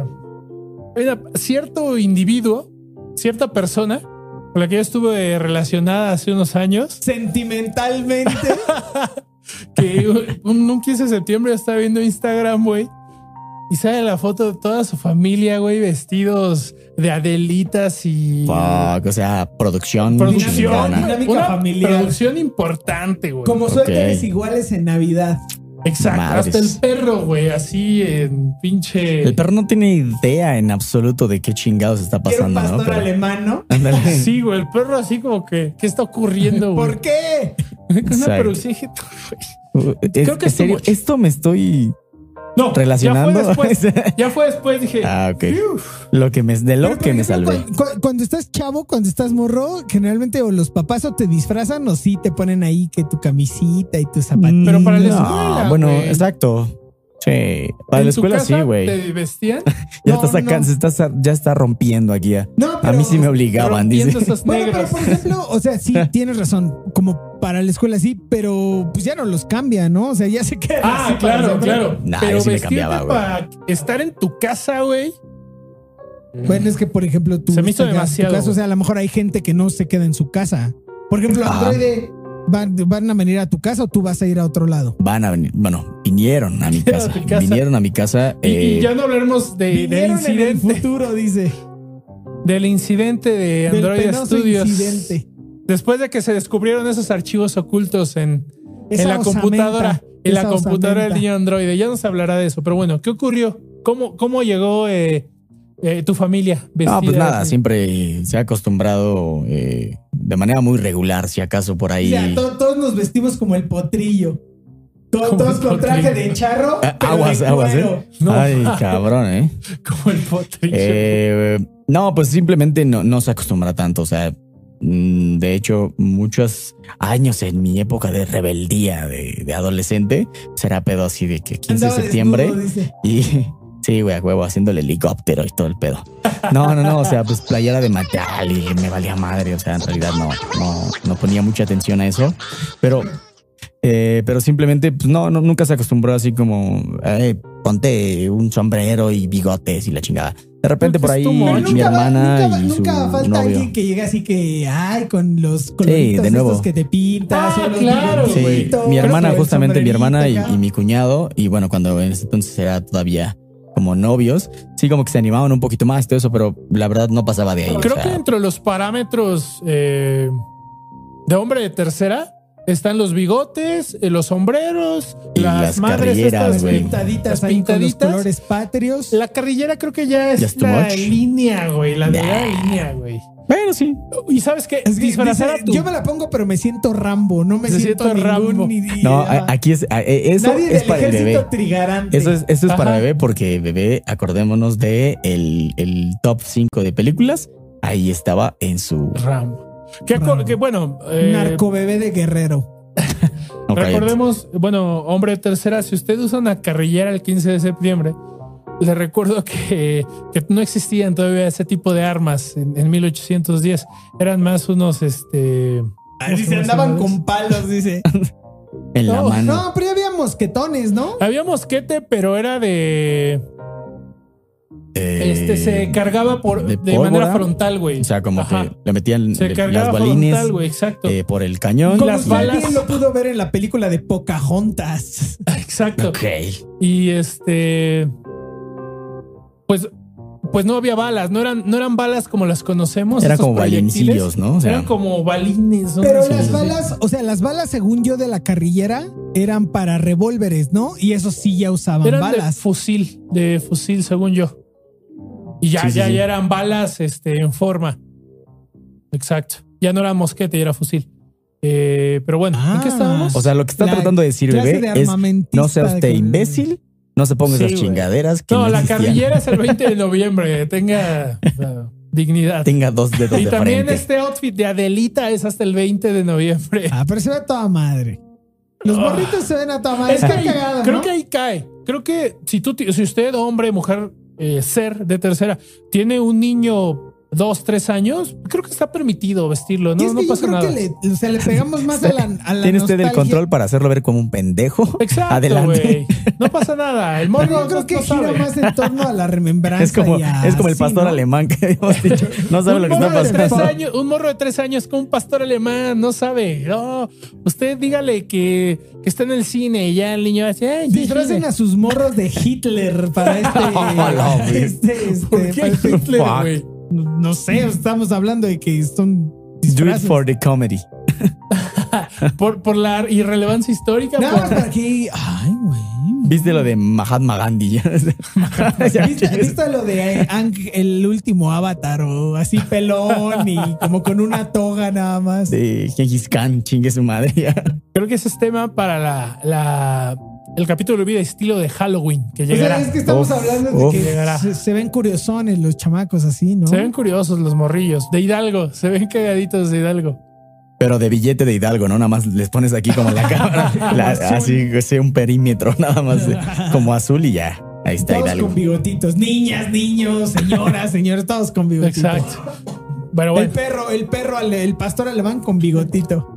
Speaker 2: hay una- cierto individuo, cierta persona con la que yo estuve relacionada hace unos años,
Speaker 3: Sentimentalmente.
Speaker 2: que un, un 15 de septiembre estaba viendo Instagram, güey. Y sale la foto de toda su familia, güey, vestidos de adelitas y
Speaker 4: Fuck, o sea, producción.
Speaker 2: producción.
Speaker 4: chingona.
Speaker 3: Dinámica
Speaker 2: Una
Speaker 3: familiar.
Speaker 2: producción importante, güey.
Speaker 3: como
Speaker 4: Ok.
Speaker 3: suéteres iguales en Navidad.
Speaker 2: Exacto.
Speaker 4: Madres.
Speaker 2: Hasta el perro, güey, así en pinche.
Speaker 4: El perro no tiene idea en absoluto de qué chingados está
Speaker 3: Quiero un
Speaker 4: pasando, ¿no?
Speaker 3: pastor
Speaker 4: Pero-
Speaker 3: alemán, ¿no?
Speaker 4: Ándale.
Speaker 2: Sí, güey, el perro así como que, ¿qué está ocurriendo, güey?
Speaker 3: ¿Por qué?
Speaker 2: Una
Speaker 4: Exacto.
Speaker 2: perucita, güey.
Speaker 4: Uh, es-
Speaker 2: Creo que
Speaker 4: en
Speaker 2: es too
Speaker 4: serio,
Speaker 2: much.
Speaker 4: esto me estoy
Speaker 2: No,
Speaker 4: relacionando.
Speaker 2: Ya fue después, ya fue después dije,
Speaker 4: ah, ok.
Speaker 2: "Uf".
Speaker 4: Lo que me, de lo
Speaker 3: Pero, por
Speaker 4: que me
Speaker 3: ejemplo,
Speaker 4: salvé.
Speaker 3: cu- cu- Cuando, estás chavo, cuando estás morro, generalmente o los papás o te disfrazan o sí te ponen ahí que tu camisita y tus zapatillas.
Speaker 2: Pero para la
Speaker 4: No,
Speaker 2: escuela,
Speaker 4: bueno,
Speaker 2: güey.
Speaker 4: exacto. Sí. Para
Speaker 2: ¿En
Speaker 4: la
Speaker 2: tu
Speaker 4: escuela
Speaker 2: casa
Speaker 4: sí, güey.
Speaker 2: Te vestían.
Speaker 3: No,
Speaker 4: Ya está sacando,
Speaker 3: no.
Speaker 4: se está, sa- ya está rompiendo aquí. A,
Speaker 3: No,
Speaker 4: a mí sí me obligaban, dice.
Speaker 2: rompiendo esas
Speaker 3: Bueno, pero
Speaker 2: negras.
Speaker 3: por ejemplo, o sea, sí, tienes razón, como para la escuela sí, pero pues ya no los cambia, ¿no? O sea, ya se queda.
Speaker 2: Ah, claro, claro.
Speaker 4: Nah,
Speaker 2: pero
Speaker 4: yo sí me
Speaker 2: vestirte
Speaker 4: cambiaba, güey.
Speaker 2: para estar en tu casa, güey.
Speaker 3: Bueno, es que por ejemplo tú este,
Speaker 2: Se me hizo
Speaker 3: tu
Speaker 2: demasiado,
Speaker 3: caso, o
Speaker 2: güey.
Speaker 3: sea, a lo mejor hay gente que no se queda en su casa. Por ejemplo,
Speaker 2: Ah.
Speaker 4: Ajá.
Speaker 3: Androide, ¿van, van a venir a tu casa o tú vas a ir a otro lado?
Speaker 4: Van a venir, bueno, vinieron a mi
Speaker 2: Vinieron a
Speaker 4: casa.
Speaker 2: tu casa.
Speaker 4: Vinieron a mi casa.
Speaker 2: Y, y
Speaker 4: eh,
Speaker 2: ya no hablaremos de- del
Speaker 3: Vinieron en el
Speaker 2: incidente,
Speaker 3: futuro, dice.
Speaker 2: del incidente de
Speaker 3: Del
Speaker 2: Android
Speaker 3: penoso
Speaker 2: Studios.
Speaker 3: incidente.
Speaker 2: Después de que se descubrieron esos archivos ocultos en,
Speaker 3: Esa
Speaker 2: en la
Speaker 3: osamenta,
Speaker 2: computadora, en la
Speaker 3: esa
Speaker 2: computadora del
Speaker 3: osamenta.
Speaker 2: niño androide. Ya nos hablará de eso. Pero bueno, ¿qué ocurrió? ¿Cómo, cómo llegó eh, eh, tu familia vestida?
Speaker 4: No, pues nada,
Speaker 2: así?
Speaker 4: siempre se ha acostumbrado eh, de manera muy regular, si acaso por
Speaker 3: O
Speaker 4: ahí.
Speaker 3: sea, to- todos nos vestimos como el potrillo. To-
Speaker 2: Como
Speaker 3: todos
Speaker 2: el
Speaker 3: con traje
Speaker 2: potrillo.
Speaker 3: de charro.
Speaker 4: Ah,
Speaker 3: pero de
Speaker 4: aguas, aguas,
Speaker 3: cuero.
Speaker 4: ¿eh? Ay, cabrón, ¿eh?
Speaker 2: Como el potrillo.
Speaker 4: Eh, no, pues simplemente no, no se acostumbra tanto. O sea, mm, de hecho, muchos años en mi época de rebeldía de, de adolescente, será pedo así de que 15 de
Speaker 3: Andaba
Speaker 4: septiembre.
Speaker 3: desnudo, dice.
Speaker 4: Y sí, güey, a huevo, haciendo el helicóptero y todo el pedo. No, no, no, o sea, pues playera de material y me valía madre. O sea, en realidad no, no, no ponía mucha atención a eso. Pero, eh, pero simplemente, pues no, no, nunca se acostumbró así como, eh, ponte un sombrero y bigotes y la chingada. De repente
Speaker 2: Creo que
Speaker 4: por
Speaker 2: es
Speaker 4: ahí
Speaker 2: tu
Speaker 4: mi
Speaker 2: modo. Nunca
Speaker 3: va-
Speaker 4: hermana
Speaker 3: pues, nunca, va-
Speaker 4: y su
Speaker 3: nunca falta alguien
Speaker 4: novio.
Speaker 3: que llega así que, ay, con los coloritos
Speaker 4: de nuevo.
Speaker 3: estos que te pintas.
Speaker 2: Ah,
Speaker 3: o los
Speaker 2: claro,
Speaker 4: Sí,
Speaker 3: dibujitos,
Speaker 4: mi hermana,
Speaker 3: el
Speaker 4: justamente mi hermana y,
Speaker 3: sombrerito
Speaker 4: y
Speaker 3: acá.
Speaker 4: mi cuñado, y bueno, cuando en ese entonces era todavía como novios, sí como que se animaban un poquito más y todo eso, pero la verdad no pasaba de ahí. o
Speaker 2: Creo
Speaker 4: sea,
Speaker 2: que entre los parámetros eh, de hombre de tercera están los bigotes, eh, los sombreros,
Speaker 4: Y
Speaker 2: las,
Speaker 4: las
Speaker 2: madres
Speaker 4: carrilleras,
Speaker 2: estas
Speaker 4: güey.
Speaker 3: pintaditas
Speaker 2: Las
Speaker 3: ahí con los
Speaker 2: pintaditas.
Speaker 3: colores patrios.
Speaker 2: La carrillera creo que ya es
Speaker 4: Ya es too
Speaker 2: la
Speaker 4: much.
Speaker 2: línea, güey, la de la
Speaker 4: Nah.
Speaker 2: línea, güey.
Speaker 4: Bueno, sí.
Speaker 2: Y sabes qué,
Speaker 3: Es que
Speaker 2: disfrazar
Speaker 3: dice,
Speaker 2: a tu
Speaker 3: Yo me la pongo, pero me siento Rambo. No me
Speaker 2: Me
Speaker 3: siento,
Speaker 2: siento
Speaker 3: ningún
Speaker 2: Rambo.
Speaker 3: ni-
Speaker 4: No,
Speaker 3: nada.
Speaker 4: a- aquí es, a- e- eso
Speaker 3: Nadie
Speaker 4: es
Speaker 3: del
Speaker 4: para el bebé.
Speaker 3: ejército trigarante.
Speaker 4: Eso es, eso es para
Speaker 2: Ajá.
Speaker 4: bebé porque bebé, acordémonos de el, el top 5 de películas. Ahí estaba en su...
Speaker 2: Rambo. Que, aco-
Speaker 3: Rambo.
Speaker 2: que, bueno, eh,
Speaker 3: Narco bebé de guerrero.
Speaker 4: no, cállate.
Speaker 2: recordemos, bueno, hombre de tercera, si usted usa una carrillera el 15 de septiembre, le recuerdo que, que no existían todavía ese tipo de armas en, en 1810. Eran más unos, este...
Speaker 3: Así se andaban con palos, dice.
Speaker 4: en la
Speaker 2: No,
Speaker 4: mano.
Speaker 3: No, pero ya había mosquetones, ¿no?
Speaker 2: Había mosquete, pero era de...
Speaker 4: eh,
Speaker 2: Este, se cargaba por, de,
Speaker 4: de
Speaker 2: manera
Speaker 4: pólvora.
Speaker 2: frontal, güey.
Speaker 4: O sea, como
Speaker 2: Ajá.
Speaker 4: que le metían
Speaker 2: Se
Speaker 4: le- las
Speaker 2: cargaba
Speaker 4: balines
Speaker 2: frontal, güey, exacto.
Speaker 4: eh, por el cañón.
Speaker 2: Con
Speaker 3: Como
Speaker 2: las
Speaker 3: usted
Speaker 2: balas.
Speaker 3: bien lo pudo ver en la película de Pocahontas.
Speaker 2: exacto.
Speaker 4: Ok.
Speaker 2: Y este. Pues, pues no había balas, no eran, no eran balas como las conocemos.
Speaker 4: Era
Speaker 2: estos
Speaker 4: como
Speaker 2: proyectiles.
Speaker 4: balincillos, ¿no? O sea,
Speaker 2: eran como balines. ¿no?
Speaker 3: Pero
Speaker 2: Sí,
Speaker 3: las
Speaker 2: sí.
Speaker 3: balas, o sea, las balas, según yo, de la carrillera eran para revólveres, ¿no? Y eso sí ya usaban
Speaker 2: Eran de
Speaker 3: balas.
Speaker 2: fusil, de fusil, según yo. Y ya,
Speaker 4: Sí, sí,
Speaker 2: ya,
Speaker 4: sí.
Speaker 2: ya eran balas este, en forma. Exacto. Ya no era mosquete, ya era fusil. Eh, pero bueno, ¿en
Speaker 3: Ah.
Speaker 2: qué estábamos?
Speaker 4: o sea, lo que está
Speaker 3: La
Speaker 4: tratando de decir,
Speaker 3: Clase
Speaker 4: bebé,
Speaker 3: de
Speaker 4: es
Speaker 3: armamentista
Speaker 4: no sea usted
Speaker 3: con-
Speaker 4: imbécil, no se ponga
Speaker 2: Sí,
Speaker 4: esas
Speaker 2: güey.
Speaker 4: chingaderas que
Speaker 2: no,
Speaker 4: no,
Speaker 2: la
Speaker 4: existían.
Speaker 2: carrillera es el 20 de noviembre. Tenga o sea, dignidad.
Speaker 4: tenga dos dedos
Speaker 2: Y
Speaker 4: de
Speaker 2: también
Speaker 4: frente.
Speaker 2: este outfit de Adelita es hasta el 20 de noviembre.
Speaker 3: Ah, pero se ve a toda madre. Los
Speaker 2: Ah.
Speaker 3: morritos se ven a toda madre.
Speaker 2: Es que
Speaker 3: Está
Speaker 2: ahí-
Speaker 3: cagado,
Speaker 2: creo
Speaker 3: ¿no?
Speaker 2: que ahí cae. Creo que si tú, ti- si usted, hombre, mujer, eh, ser de tercera, tiene un niño dos, tres años, creo que está permitido vestirlo, ¿no?
Speaker 3: Y es
Speaker 2: no
Speaker 3: que yo
Speaker 2: pasa
Speaker 3: creo
Speaker 2: nada.
Speaker 3: que le, o sea, le pegamos más a la, a la
Speaker 4: Tiene usted el
Speaker 3: nostalgia.
Speaker 4: control para hacerlo ver como un pendejo.
Speaker 2: Exacto,
Speaker 4: Adelante.
Speaker 2: güey. No pasa nada. El morro
Speaker 3: Yo creo que
Speaker 2: no
Speaker 3: gira
Speaker 2: sabe.
Speaker 3: más en torno a la remembranza.
Speaker 4: Es como,
Speaker 3: y a-
Speaker 4: es como el
Speaker 3: sí,
Speaker 4: pastor
Speaker 3: ¿no?
Speaker 4: alemán que habíamos dicho. No sabe
Speaker 2: un,
Speaker 4: lo que está
Speaker 2: morro de tres
Speaker 4: pasando.
Speaker 2: años, un morro de tres años con un pastor alemán, no sabe. No, usted dígale que, que está en el cine y ya el niño hace. "Ay, sí,
Speaker 3: Disfracen
Speaker 2: sí".
Speaker 3: a sus morros de Hitler para este.
Speaker 4: Oh, no, güey.
Speaker 3: este, este,
Speaker 2: ¿Por qué
Speaker 3: para este-
Speaker 2: Hitler,
Speaker 4: Fuck.
Speaker 2: güey?
Speaker 3: No sé, estamos hablando de que son.
Speaker 4: Do it
Speaker 3: disfraces.
Speaker 4: for the comedy.
Speaker 2: Por, por la irrelevancia histórica.
Speaker 3: Nada más
Speaker 2: por-
Speaker 3: para que. Ay, güey.
Speaker 4: Viste lo de Mahatma Gandhi.
Speaker 3: ¿Viste, viste lo de Ang- el último avatar o así pelón y como con una toga nada más?
Speaker 4: de Gengis Khan, chingue su madre.
Speaker 2: Creo que ese es tema para la, la- el capítulo de vida y estilo de Halloween que
Speaker 3: O sea,
Speaker 2: llegará.
Speaker 3: es que estamos
Speaker 4: Uf,
Speaker 3: hablando
Speaker 4: uf.
Speaker 3: de
Speaker 2: Llegará.
Speaker 3: que se, se ven curiosones los chamacos así, ¿no?
Speaker 2: Se ven curiosos los morrillos de Hidalgo. Se ven cagaditos de Hidalgo.
Speaker 4: Pero de billete de Hidalgo, ¿no? Nada más les pones aquí como la cámara. la- así, así un perímetro, nada más de- como azul y ya. Ahí está
Speaker 3: todos
Speaker 4: Hidalgo.
Speaker 3: con bigotitos, niñas, niños, señoras, señores, todos con bigotitos.
Speaker 2: Exacto. Bueno,
Speaker 3: El
Speaker 2: bueno.
Speaker 3: perro, el perro, ale- el pastor alemán con bigotito.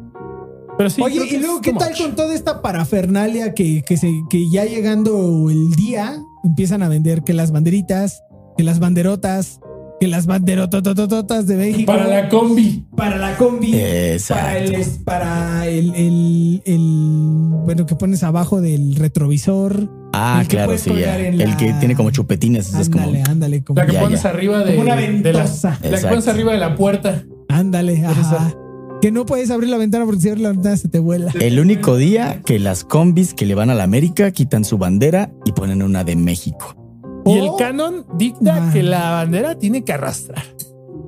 Speaker 2: Pero sí, creo
Speaker 3: Oye,
Speaker 2: que
Speaker 3: y
Speaker 2: es
Speaker 3: luego, ¿qué
Speaker 2: too
Speaker 3: tal
Speaker 2: much.
Speaker 3: con toda esta parafernalia que, que, se, que ya llegando el día empiezan a vender que las banderitas, que las banderotas, que las banderotototototas de México?
Speaker 2: Para la combi.
Speaker 3: para la combi. Para
Speaker 4: Exacto.
Speaker 3: el, es- para el, el- el- bueno, que pones abajo del retrovisor.
Speaker 4: Ah,
Speaker 3: el que
Speaker 4: claro,
Speaker 3: puedes
Speaker 4: sí, ya.
Speaker 3: colgar en
Speaker 4: El
Speaker 3: la-
Speaker 4: que tiene como chupetines. es como.
Speaker 3: Ándale, ándale, como,
Speaker 2: La que
Speaker 4: Ya,
Speaker 2: pones
Speaker 4: ya.
Speaker 2: arriba de,
Speaker 3: como una
Speaker 2: de la,
Speaker 3: ventosa.
Speaker 2: la que
Speaker 4: Exacto.
Speaker 2: pones arriba de la puerta.
Speaker 3: Ándale, ajá.
Speaker 2: Esa.
Speaker 3: Que no puedes abrir la ventana porque si abres la ventana se te vuela.
Speaker 4: El único día que las combis que le van a la América quitan su bandera y ponen una de México.
Speaker 2: Y el
Speaker 3: Oh.
Speaker 2: canon dicta
Speaker 3: Ah.
Speaker 2: que la bandera tiene que arrastrar.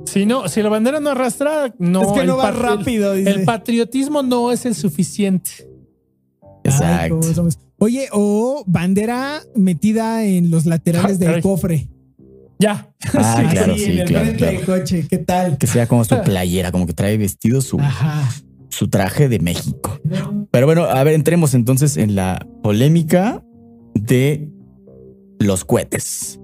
Speaker 2: Si no, si la bandera no arrastra, no.
Speaker 3: es que
Speaker 2: el
Speaker 3: no va
Speaker 2: par- el-
Speaker 3: rápido,
Speaker 2: El,
Speaker 3: dice.
Speaker 2: patriotismo no es el suficiente.
Speaker 3: Ay,
Speaker 4: Exacto.
Speaker 3: cómo somos. Oye, o bandera metida en los laterales del
Speaker 2: Ay.
Speaker 3: cofre.
Speaker 2: Ya.
Speaker 4: Ah,
Speaker 3: Así,
Speaker 4: claro,
Speaker 3: en
Speaker 4: sí,
Speaker 3: el
Speaker 4: claro,
Speaker 3: frente
Speaker 4: claro.
Speaker 3: del coche, ¿qué tal?
Speaker 4: Que sea como su playera, como que trae vestido su,
Speaker 3: Ajá.
Speaker 4: su traje de México. Pero bueno, a ver, entremos entonces en la polémica de los cohetes.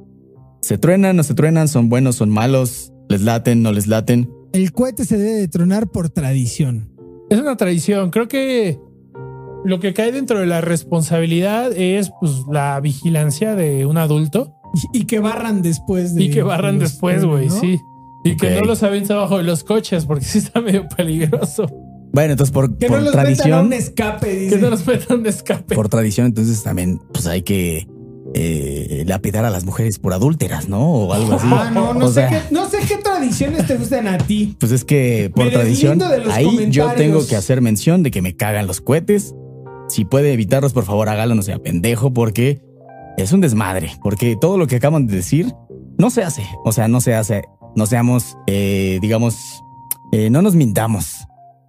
Speaker 4: ¿Se truenan, no se truenan? ¿Son buenos, son malos? ¿Les laten, no les laten?
Speaker 3: El cohete se debe de tronar por tradición.
Speaker 2: Es una tradición. Creo que lo que cae dentro de la responsabilidad es pues la vigilancia de un adulto
Speaker 3: Y, y que barran después de.
Speaker 2: y que barran
Speaker 3: de los
Speaker 2: después, güey.
Speaker 3: trenes, ¿no?
Speaker 2: Sí. Y que
Speaker 4: Ok.
Speaker 2: no los avienta abajo de los coches porque sí está medio peligroso.
Speaker 4: Bueno, entonces por,
Speaker 3: Que
Speaker 4: por
Speaker 3: no los metan a
Speaker 4: tradición,
Speaker 3: un escape,
Speaker 2: Que
Speaker 3: dice.
Speaker 2: no los metan de escape.
Speaker 4: por tradición, entonces también pues hay que eh, lapidar a las mujeres por adúlteras, ¿no? O algo así.
Speaker 3: Ah, no, no
Speaker 4: Pues O
Speaker 3: sé,
Speaker 4: sea,
Speaker 3: qué, no sé qué tradiciones te gustan a ti.
Speaker 4: Pues es que por
Speaker 3: Me
Speaker 4: tradición,
Speaker 3: deslindo de los
Speaker 4: ahí yo
Speaker 3: comentarios.
Speaker 4: tengo que hacer mención de que me cagan los cohetes. Si puede evitarlos, por favor, hágalo, no sea pendejo, porque es un desmadre. Porque todo lo que acaban de decir no se hace. O sea, no se hace. No seamos, eh, digamos, eh, no nos mintamos.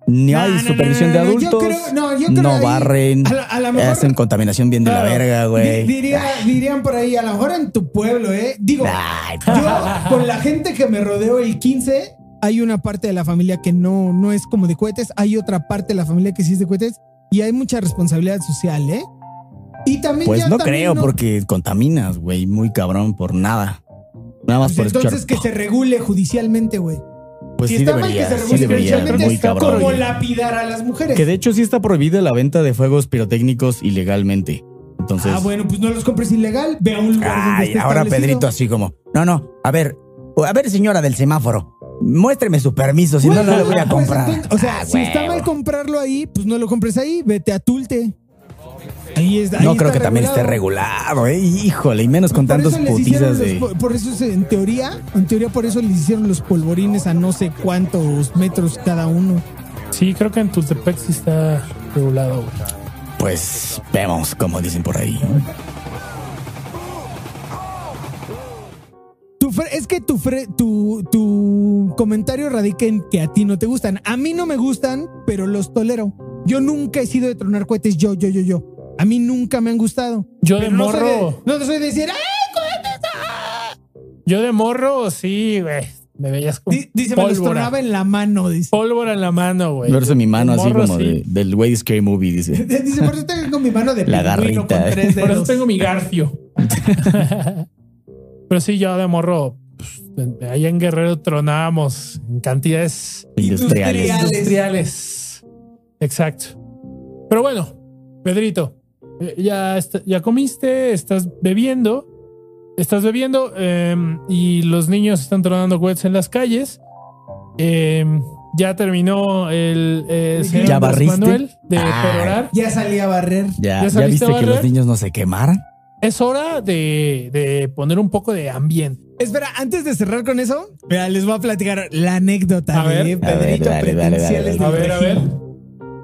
Speaker 4: Ni
Speaker 3: No,
Speaker 4: hay
Speaker 3: no, no,
Speaker 4: supervisión
Speaker 3: no, no,
Speaker 4: de
Speaker 3: no, yo
Speaker 4: adultos.
Speaker 3: creo- no, yo creo
Speaker 4: no
Speaker 3: ahí-
Speaker 4: barren.
Speaker 3: A la- a la mejor-
Speaker 4: hacen contaminación bien de la
Speaker 2: Claro.
Speaker 4: verga,
Speaker 3: Di-
Speaker 4: güey.
Speaker 3: diría, dirían por ahí, a lo mejor en tu pueblo, ¿eh? Digo,
Speaker 4: Ay,
Speaker 3: yo con la gente que me rodeo el 15, hay una parte de la familia que no, no es como de cohetes, hay otra parte de la familia que sí es de cohetes y hay mucha responsabilidad social, ¿eh? Y también
Speaker 4: Pues
Speaker 3: ya
Speaker 4: no
Speaker 3: también
Speaker 4: creo, porque contaminas, güey, muy cabrón por nada. Nada más
Speaker 3: Pues
Speaker 4: por
Speaker 3: entonces
Speaker 4: escuchar.
Speaker 3: que se regule judicialmente, güey.
Speaker 4: Pues
Speaker 3: Si
Speaker 4: sí
Speaker 3: está mal que
Speaker 4: debería,
Speaker 3: se
Speaker 4: sí
Speaker 3: regule
Speaker 4: debería,
Speaker 3: judicialmente,
Speaker 4: muy
Speaker 3: está
Speaker 4: cabrón.
Speaker 3: como lapidar a las mujeres.
Speaker 4: Que de hecho sí está prohibida la venta de fuegos pirotécnicos ilegalmente. Entonces,
Speaker 3: ah, bueno, pues no los compres ilegal, ve a un lugar donde
Speaker 4: ay,
Speaker 3: esté
Speaker 4: ahora
Speaker 3: establecido.
Speaker 4: Pedrito así como, no, no, a ver, a ver señora del semáforo, muéstreme su permiso, si no, no le voy a
Speaker 3: Pues,
Speaker 4: comprar.
Speaker 3: entonces, o sea,
Speaker 4: Ah,
Speaker 3: si está
Speaker 4: huevo.
Speaker 3: mal comprarlo ahí, pues no lo compres ahí, vete a Tulte. Ahí está. ahí
Speaker 4: No creo
Speaker 3: está
Speaker 4: que también esté
Speaker 3: regulado.
Speaker 4: regulado, eh, híjole, y menos con
Speaker 3: Por
Speaker 4: tantos
Speaker 3: eso les hicieron
Speaker 4: putizas
Speaker 3: los
Speaker 4: de...
Speaker 3: po- Por eso, se- en teoría, en teoría, por eso les hicieron los polvorines a no sé cuántos metros cada uno.
Speaker 2: Sí, creo que en Tultepec sí está regulado. güey.
Speaker 4: Pues vemos, como dicen por ahí.
Speaker 3: Tu fre- es que tu, fre- tu, tu comentario radica en que a ti no te gustan. A mí no me gustan, pero los tolero. Yo nunca he sido de tronar cohetes, yo, yo, yo, yo. A mí nunca me han gustado.
Speaker 2: Yo de
Speaker 3: Pero no soy
Speaker 2: morro.
Speaker 3: No soy de decir, ¡ay, cohetes!
Speaker 2: Yo de morro, sí, güey. Me veías con
Speaker 3: Di- Dice, me los
Speaker 2: pólvora.
Speaker 3: tronaba en la mano, dice.
Speaker 2: Pólvora en la mano, güey.
Speaker 4: Verso en mi mano así
Speaker 2: Morro,
Speaker 4: como
Speaker 2: sí.
Speaker 4: de- del güey de Scary Movie, dice.
Speaker 3: Dice, por eso tengo mi mano de
Speaker 4: La
Speaker 3: pingüino
Speaker 4: garrita,
Speaker 3: con
Speaker 4: eh.
Speaker 3: tres
Speaker 2: Por eso
Speaker 3: dedos.
Speaker 2: tengo mi garfio. Pero sí, yo de morro pues, Allá en Guerrero tronábamos en cantidades
Speaker 4: Industriales.
Speaker 3: Industriales.
Speaker 2: industriales. Exacto. Pero bueno, Pedrito, eh, ya, est- ya comiste, estás bebiendo, estás bebiendo em, y los niños están tronando cohetes en las calles. Em, ya terminó el eh, señor
Speaker 4: ¿Ya
Speaker 2: Andrés
Speaker 4: barriste?
Speaker 2: Manuel de
Speaker 4: Ah.
Speaker 2: perorar.
Speaker 3: Ya salí a barrer.
Speaker 4: ¿Ya,
Speaker 2: ¿Ya
Speaker 4: ¿ya
Speaker 2: saliste
Speaker 4: viste
Speaker 2: a
Speaker 4: que
Speaker 2: barrer?
Speaker 4: los niños no se quemaran?
Speaker 2: Es hora de, de poner un poco de ambiente.
Speaker 3: Espera, antes de cerrar con eso, mira, les voy a platicar la anécdota
Speaker 2: A ver.
Speaker 3: de
Speaker 4: A ver,
Speaker 3: Pedrito
Speaker 4: dale, dale, dale,
Speaker 3: Pretenciales
Speaker 4: dale.
Speaker 2: A
Speaker 3: del
Speaker 2: ver, a
Speaker 3: Regil.
Speaker 2: ver.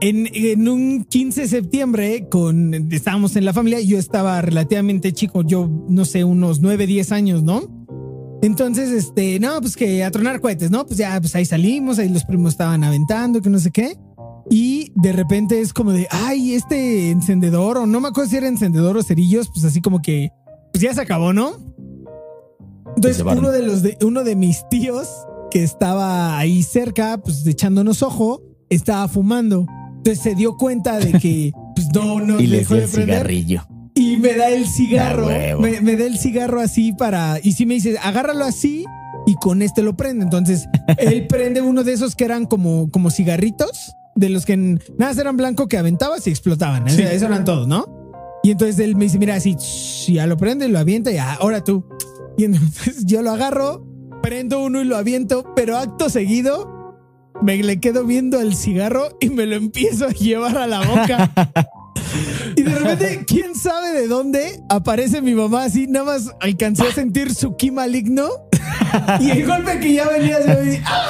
Speaker 3: En, en un 15 de septiembre, con, estábamos en la familia, yo estaba relativamente chico, yo no sé, unos 9, 10 años, ¿no? Entonces, este, no, pues que a tronar cohetes, ¿no? Pues ya, pues ahí salimos, ahí los primos estaban aventando, que no sé qué. Y de repente es como de, ay, este encendedor, o no me acuerdo si era encendedor o cerillos, pues así como que, pues ya se acabó, ¿no? Entonces,
Speaker 4: llevaron.
Speaker 3: uno de los de, uno de mis tíos que estaba ahí cerca, pues echándonos ojo, estaba fumando. Entonces se dio cuenta de que pues, no, no
Speaker 4: Y
Speaker 3: le
Speaker 4: les
Speaker 3: dejó
Speaker 4: di
Speaker 3: de
Speaker 4: el
Speaker 3: prender.
Speaker 4: cigarrillo.
Speaker 3: Y me da el cigarro.
Speaker 4: Ah, huevo.
Speaker 3: me, me da el cigarro así para. Y si me dice, agárralo así y con este lo prende. Entonces él prende uno de esos que eran como, como cigarritos, de los que en- nada más eran blanco que aventabas y explotaban. O sea,
Speaker 2: Sí.
Speaker 3: Eso eran todos, ¿no? Y entonces él me dice, mira, así shh, ya lo prende, lo avienta y ahora tú. Y entonces yo lo agarro, prendo uno y lo aviento, pero acto seguido me le quedo viendo al cigarro y me lo empiezo a llevar a la boca. Y de repente, quién sabe de dónde aparece mi mamá así, nada más alcancé a sentir su ki maligno y el golpe que ya venía se me ¡ah!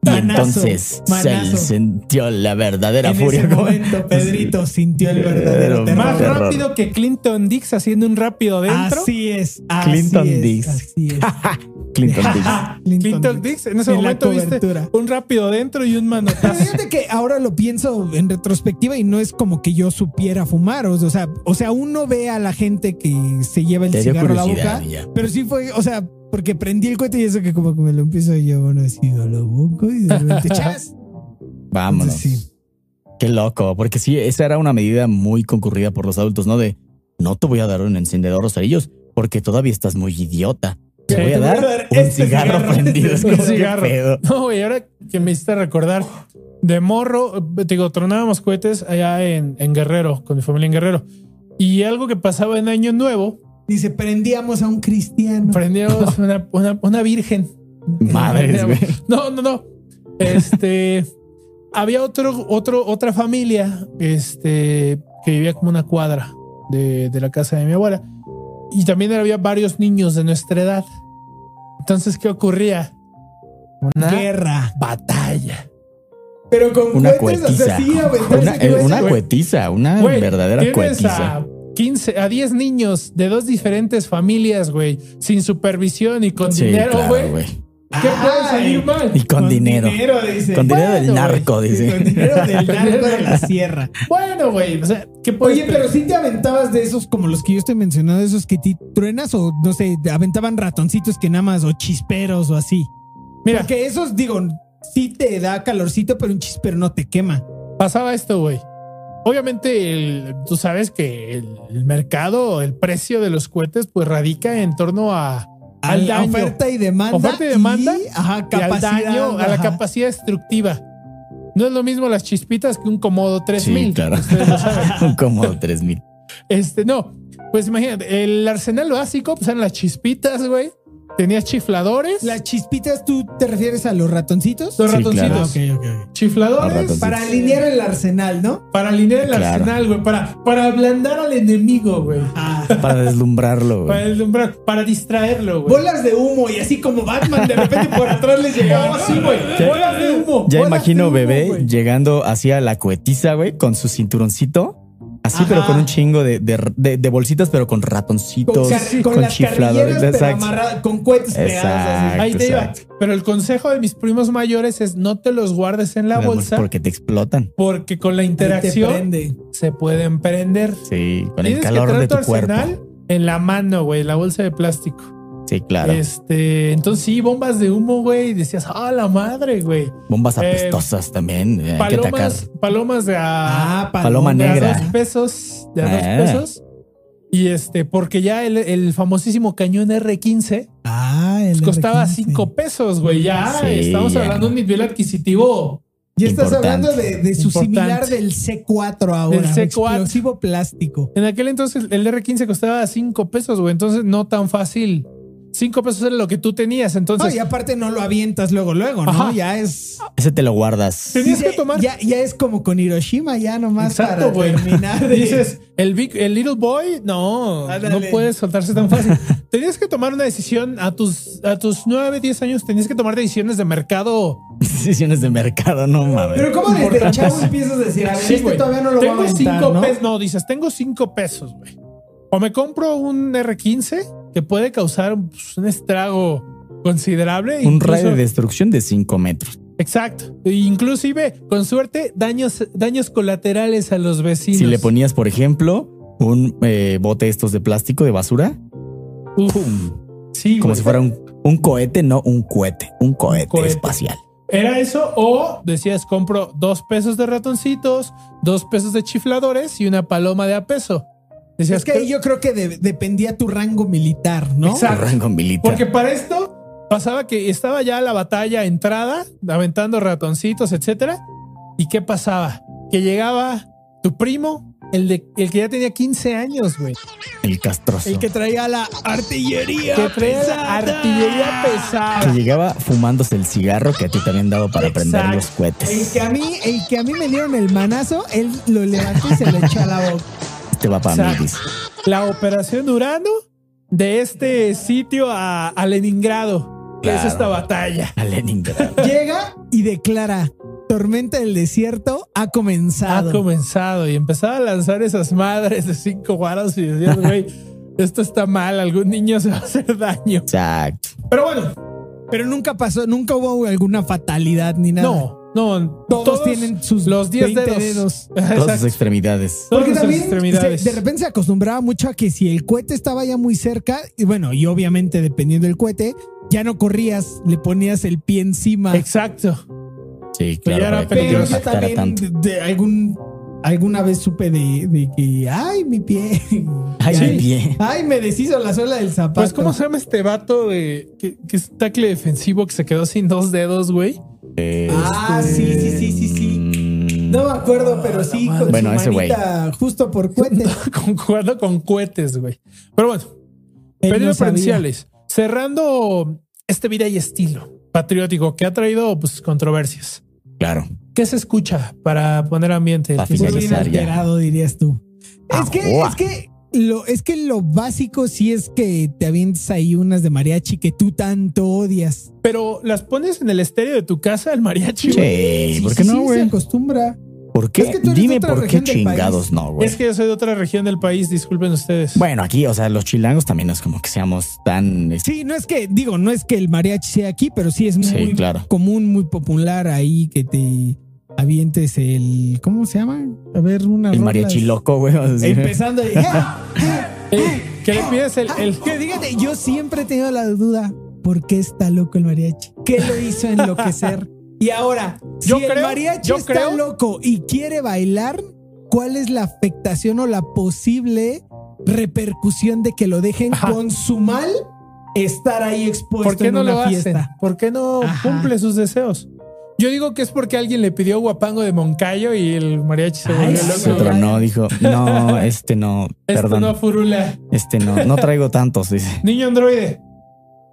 Speaker 4: Y
Speaker 3: Manazo,
Speaker 4: entonces
Speaker 3: manazo.
Speaker 4: se sintió la verdadera
Speaker 3: en
Speaker 4: furia.
Speaker 3: ese
Speaker 4: ¿no?
Speaker 3: momento Pedrito sintió el verdadero
Speaker 4: Pero
Speaker 3: terror.
Speaker 2: Más
Speaker 4: Terror.
Speaker 2: rápido que Clinton Dix haciendo un rápido dentro.
Speaker 3: Así es, así
Speaker 4: Clinton
Speaker 3: es,
Speaker 4: Dix.
Speaker 3: así es.
Speaker 4: Clinton Dix.
Speaker 2: Clinton Dix, en ese
Speaker 3: En la
Speaker 2: momento viste
Speaker 3: cobertura.
Speaker 2: un rápido dentro y un
Speaker 3: Pero
Speaker 2: manotazo.
Speaker 3: fíjate que ahora lo pienso en retrospectiva y no es como que yo supiera fumar. O sea, o sea, uno ve a la gente que se lleva el
Speaker 4: Te dio
Speaker 3: cigarro a la
Speaker 4: curiosidad.
Speaker 3: boca.
Speaker 4: y ya.
Speaker 3: Pero sí fue, o sea, porque prendí el cohete y eso que como que me lo empiezo a llevar así a la boca y de repente chas.
Speaker 4: Vámonos.
Speaker 3: Entonces, sí.
Speaker 4: Qué loco, porque sí, esa era una medida muy concurrida por los adultos, ¿no? De no te voy a dar un encendedor o cerillos porque todavía estás muy idiota. Te
Speaker 2: Sí,
Speaker 4: voy a
Speaker 2: te voy
Speaker 4: dar,
Speaker 2: a dar
Speaker 4: un
Speaker 2: este
Speaker 4: cigarro,
Speaker 2: cigarro.
Speaker 4: prendido. Es
Speaker 2: Un
Speaker 4: como, ¿qué
Speaker 2: cigarro.
Speaker 4: pedo?
Speaker 2: No, güey, ahora que me hiciste recordar, de morro, eh, te digo, tronábamos cohetes allá en, en Guerrero, con mi familia en Guerrero. Y algo que pasaba en Año Nuevo,
Speaker 3: Dice, prendíamos a un cristiano.
Speaker 2: prendíamos una, una, una virgen.
Speaker 4: Madres, güey.
Speaker 2: No, no, no. Este. había otro, otro, otra familia este, que vivía como una cuadra de, de la casa de mi abuela. Y también había varios niños de nuestra edad. Entonces, ¿qué ocurría?
Speaker 4: ¿Ah?
Speaker 2: Una
Speaker 3: Guerra.
Speaker 2: batalla.
Speaker 3: Pero con
Speaker 4: Una
Speaker 3: cohetes, o
Speaker 4: cuetiza.
Speaker 3: sea, sí, aventarse
Speaker 4: Una, eh,
Speaker 3: cohetes.
Speaker 4: una
Speaker 2: güey.
Speaker 4: cuetiza, una
Speaker 2: Güey,
Speaker 4: verdadera
Speaker 2: tienes
Speaker 4: cuetiza.
Speaker 2: a 15, a 10 niños de dos diferentes familias, güey, sin supervisión y con
Speaker 4: Sí,
Speaker 2: dinero,
Speaker 4: claro,
Speaker 2: güey.
Speaker 4: güey.
Speaker 2: ¿Qué puede
Speaker 3: Ay,
Speaker 2: salir mal?
Speaker 4: Y con, dinero.
Speaker 3: dice.
Speaker 4: Con dinero del
Speaker 2: Bueno,
Speaker 4: narco,
Speaker 3: Sí, Con
Speaker 4: dice.
Speaker 3: dinero del narco de la sierra.
Speaker 2: Bueno, güey, o sea, ¿qué puede
Speaker 3: Oye, pero si te aventabas de esos como los que yo estoy mencionando, esos que ti truenas o no sé, te aventaban ratoncitos que nada más o chisperos o así.
Speaker 2: Mira,
Speaker 3: Porque esos, digo, sí te da calorcito, pero un chispero no te quema.
Speaker 2: pasaba esto, güey. Obviamente, el- tú sabes que el, el mercado, el precio de los cohetes, pues radica en torno a, al
Speaker 3: la
Speaker 2: daño,
Speaker 3: oferta y demanda.
Speaker 2: Oferta y demanda y
Speaker 3: ajá,
Speaker 2: al
Speaker 3: capacidad,
Speaker 2: daño, a la
Speaker 3: ajá.
Speaker 2: capacidad destructiva. No es lo mismo las chispitas que un comodo 3000.
Speaker 4: Sí, claro.
Speaker 2: Ustedes lo saben.
Speaker 4: Un cómodo 3000.
Speaker 2: Este, no. Pues imagínate, el arsenal básico, pues eran las chispitas, güey. Tenías chifladores.
Speaker 3: Las chispitas, ¿tú te refieres a los ratoncitos?
Speaker 2: Los
Speaker 4: Sí,
Speaker 2: ratoncitos.
Speaker 3: Ah, ok, ok, ok.
Speaker 2: Chifladores.
Speaker 4: Los ratoncitos.
Speaker 3: Para alinear el arsenal, ¿no?
Speaker 2: Para alinear el
Speaker 4: Claro.
Speaker 2: arsenal, güey. Para, para ablandar al enemigo, güey.
Speaker 3: Ah,
Speaker 4: Para deslumbrarlo,
Speaker 2: Para,
Speaker 4: güey.
Speaker 2: deslumbrar, para distraerlo, güey.
Speaker 3: bolas de humo y así como Batman de repente por atrás les llegaba.
Speaker 2: Ah, sí, güey.
Speaker 4: Ya-
Speaker 2: Bolas de humo.
Speaker 4: Ya
Speaker 2: bolas de
Speaker 4: imagino
Speaker 2: humo,
Speaker 4: bebé
Speaker 2: güey.
Speaker 4: llegando hacia la cuetiza, güey, con su cinturoncito. Así, pero
Speaker 3: Ajá.
Speaker 4: con un chingo de, de- de- de bolsitas, pero con
Speaker 3: Con,
Speaker 4: ratoncitos,
Speaker 3: car-
Speaker 4: con,
Speaker 3: con las
Speaker 4: chifladores.
Speaker 3: carrilleras, pero
Speaker 4: Exacto.
Speaker 3: amarradas, con cohetes pegados. así.
Speaker 4: Exacto,
Speaker 2: Ahí te iba.
Speaker 4: exacto.
Speaker 2: Pero el consejo de mis primos mayores es no te los guardes en la
Speaker 4: Nada más
Speaker 2: bolsa
Speaker 4: Porque te explotan.
Speaker 2: porque con la
Speaker 3: Ahí te
Speaker 2: interacción
Speaker 3: prende.
Speaker 2: se pueden prender.
Speaker 4: Sí, con el
Speaker 2: Tienes
Speaker 4: calor
Speaker 2: que
Speaker 4: de
Speaker 2: traer
Speaker 4: tu, cuerpo.
Speaker 2: arsenal en la mano, güey, la bolsa de plástico.
Speaker 4: Sí, claro.
Speaker 2: Este, entonces sí, bombas de humo, güey. Decías, ah, la madre, güey.
Speaker 4: Bombas
Speaker 2: eh,
Speaker 4: apestosas también. eh, Hay que atacar.
Speaker 2: Palomas, palomas de a,
Speaker 3: Ah,
Speaker 4: paloma
Speaker 2: de a
Speaker 4: negra.
Speaker 2: dos pesos, de a
Speaker 4: Ah.
Speaker 2: dos pesos. Y este, porque ya el, el famosísimo cañón R15
Speaker 3: Ah, Ajá, el
Speaker 2: Costaba
Speaker 3: R15.
Speaker 2: cinco pesos, güey. Ya
Speaker 4: Sí,
Speaker 2: estamos
Speaker 4: ya.
Speaker 2: hablando de un nivel adquisitivo.
Speaker 3: Y estás
Speaker 4: Importante.
Speaker 3: hablando de, de su
Speaker 2: Importante.
Speaker 3: similar del C4 ahora.
Speaker 2: Del C4.
Speaker 3: Explosivo plástico.
Speaker 2: En aquel entonces el R15 costaba cinco pesos, güey. Entonces no tan fácil. Cinco pesos era lo que tú tenías.
Speaker 3: No,
Speaker 2: Entonces
Speaker 3: y aparte no lo avientas luego, luego, ¿no?
Speaker 2: Ajá.
Speaker 3: Ya es.
Speaker 4: Ese te lo guardas.
Speaker 2: tenías
Speaker 3: ya,
Speaker 2: que tomar.
Speaker 3: Ya, ya es como con Hiroshima, ya nomás
Speaker 2: Exacto,
Speaker 3: para
Speaker 2: güey.
Speaker 3: terminar. de-
Speaker 2: Dices, el, big, el little boy, no,
Speaker 3: Ándale.
Speaker 2: no puedes soltarse tan fácil. tenías que tomar una decisión a tus, a tus 9, 10 años, tenías que tomar decisiones de mercado.
Speaker 4: Decisiones de mercado, no mames.
Speaker 3: Pero ¿cómo desde chavo empiezas a decir, a ver,
Speaker 2: Sí,
Speaker 3: este
Speaker 2: güey.
Speaker 3: todavía no lo voy a
Speaker 2: tengo
Speaker 3: aventar,
Speaker 2: cinco
Speaker 3: ¿no?
Speaker 2: pesos, no, dices, tengo 5 pesos, güey. O me compro un R15 que puede causar pues, un estrago considerable.
Speaker 4: Un
Speaker 2: incluso-
Speaker 4: radio de destrucción de 5 metros.
Speaker 2: Exacto. E Inclusive, con suerte, daños, daños colaterales a los vecinos.
Speaker 4: Si le ponías, por ejemplo, un eh, bote estos de plástico de basura,
Speaker 2: Uf,
Speaker 4: ¡pum!
Speaker 2: sí,
Speaker 4: como
Speaker 2: güey.
Speaker 4: si fuera un, un cohete, no un cohete, un cohete,
Speaker 2: cohete.
Speaker 4: espacial.
Speaker 2: Era eso, o decías, compro dos pesos de ratoncitos, dos pesos de chifladores y una paloma de a peso. Decías
Speaker 3: Es que ahí yo creo que de- dependía tu rango militar, ¿no?
Speaker 2: Exacto.
Speaker 4: Un rango militar.
Speaker 2: Porque para esto pasaba que estaba ya la batalla entrada, aventando ratoncitos, etcétera. ¿Y qué pasaba? Que llegaba tu primo, el, de, el que ya tenía 15 años, güey.
Speaker 4: el castroso.
Speaker 3: El que traía la artillería.
Speaker 2: Que traía la
Speaker 3: pesada.
Speaker 2: artillería
Speaker 4: que
Speaker 2: pesada.
Speaker 4: llegaba fumándose el cigarro que a ti te habían dado para prender
Speaker 2: Exacto.
Speaker 4: los
Speaker 3: El
Speaker 4: cohetes.
Speaker 3: que a mí, el que a mí me dieron el manazo, él lo levantó y se lo echó a la boca.
Speaker 4: Este va para mí,
Speaker 2: Exacto.
Speaker 4: dice.
Speaker 2: La operación Urano de este sitio a, a Leningrado. que
Speaker 4: Claro.
Speaker 2: Es esta batalla.
Speaker 4: A Leningrado.
Speaker 3: Llega y declara: Tormenta del desierto ha comenzado.
Speaker 2: Ha comenzado y empezaba a lanzar esas madres de cinco varas y decías, güey, esto está mal, algún niño se va a hacer daño.
Speaker 4: Exacto.
Speaker 2: Pero bueno,
Speaker 3: Pero nunca pasó, nunca hubo alguna fatalidad ni nada.
Speaker 2: no, no,
Speaker 3: Todos, tienen sus
Speaker 2: los 10
Speaker 3: 20
Speaker 2: dedos.
Speaker 4: Todas sus
Speaker 2: Exacto.
Speaker 4: extremidades.
Speaker 2: Todas
Speaker 3: Porque
Speaker 2: sus
Speaker 3: también
Speaker 2: extremidades.
Speaker 3: se- de repente se acostumbraba mucho a que si el cohete estaba ya muy cerca, y bueno, y obviamente dependiendo del cohete, ya no corrías, le ponías el pie encima.
Speaker 2: Exacto.
Speaker 4: Sí,
Speaker 2: Pero
Speaker 4: claro.
Speaker 2: ya era
Speaker 4: para que
Speaker 3: Pero
Speaker 4: no
Speaker 2: peligroso.
Speaker 3: yo
Speaker 4: impactara
Speaker 3: también
Speaker 4: tanto.
Speaker 3: de, de algún alguna vez supe de, de que ay mi pie.
Speaker 4: Ay,
Speaker 3: ay,
Speaker 4: mi pie.
Speaker 3: ay, me deshizo la suela del zapato.
Speaker 2: Pues, ¿cómo se llama este vato de que, que es tackle defensivo que se quedó sin dos dedos, güey?
Speaker 3: Ah, sí, sí, sí, sí, sí.
Speaker 4: Mm,
Speaker 3: No me acuerdo, pero sí
Speaker 2: la
Speaker 3: con
Speaker 2: madre.
Speaker 3: su
Speaker 4: Bueno, ese güey.
Speaker 3: manita justo por cohete.
Speaker 2: Con- Jugando con cohetes, güey. Pero bueno,
Speaker 3: Él
Speaker 2: Periodo
Speaker 3: no sabía.
Speaker 2: Provinciales. Cerrando este vida y estilo patriótico que ha traído pues, controversias.
Speaker 4: Claro.
Speaker 2: ¿Qué se escucha para poner ambiente? Pues,
Speaker 4: Pa'
Speaker 3: Muy bien
Speaker 4: Finalizar ya.
Speaker 3: alterado, dirías tú. Es que,
Speaker 4: Ajua.
Speaker 3: es que lo, es que lo básico sí es que te avientes ahí unas de mariachi que tú tanto odias.
Speaker 2: Pero las pones en el estéreo de tu casa, el mariachi. güey?
Speaker 4: Sí,
Speaker 3: Sí,
Speaker 4: Eh, ¿por
Speaker 3: sí,
Speaker 4: qué
Speaker 3: sí,
Speaker 4: no,
Speaker 3: Se
Speaker 4: güey?
Speaker 3: acostumbra.
Speaker 4: ¿Por qué?
Speaker 3: Es que tú eres de
Speaker 4: Dime
Speaker 3: otra
Speaker 4: por qué
Speaker 3: región del
Speaker 4: chingados
Speaker 3: país.
Speaker 4: no, güey.
Speaker 2: Es que yo soy de otra región del país, disculpen ustedes.
Speaker 4: Bueno, aquí, o sea, los chilangos también no es como que seamos tan. este,
Speaker 3: Sí, no es que, digo, no es que el mariachi sea aquí, pero sí es muy
Speaker 4: Sí, claro.
Speaker 3: común, muy popular ahí que te avientes el. ¿Cómo se llama? A ver, una.
Speaker 4: El
Speaker 3: rola.
Speaker 4: mariachi loco, güey. o sea,
Speaker 3: Empezando. y-
Speaker 2: Eh, ¿Qué le pides el, el-
Speaker 3: Que dígate, yo siempre he tenido la duda: ¿por qué está loco el mariachi? ¿Qué lo hizo enloquecer? Y ahora, si
Speaker 2: Yo
Speaker 3: el
Speaker 2: creo-
Speaker 3: mariachi
Speaker 2: yo
Speaker 3: está
Speaker 2: creo-
Speaker 3: loco y quiere bailar, ¿cuál es la afectación o la posible repercusión de que lo dejen
Speaker 2: Ajá.
Speaker 3: con su mal estar ahí expuesto
Speaker 2: ¿Por qué
Speaker 3: en
Speaker 2: no
Speaker 3: una
Speaker 2: lo
Speaker 3: fiesta?
Speaker 2: hacen? ¿Por qué no
Speaker 3: Ajá.
Speaker 2: cumple sus deseos? Yo digo que es porque alguien le pidió guapango de Moncayo y el mariachi se
Speaker 3: Ay,
Speaker 2: volvió
Speaker 3: sí.
Speaker 4: Se
Speaker 2: loco.
Speaker 3: Otro.
Speaker 4: tronó, dijo. No, este no.
Speaker 2: Esto
Speaker 4: perdón.
Speaker 2: no furula.
Speaker 4: Este no. No traigo tantos, dice.
Speaker 2: Niño androide,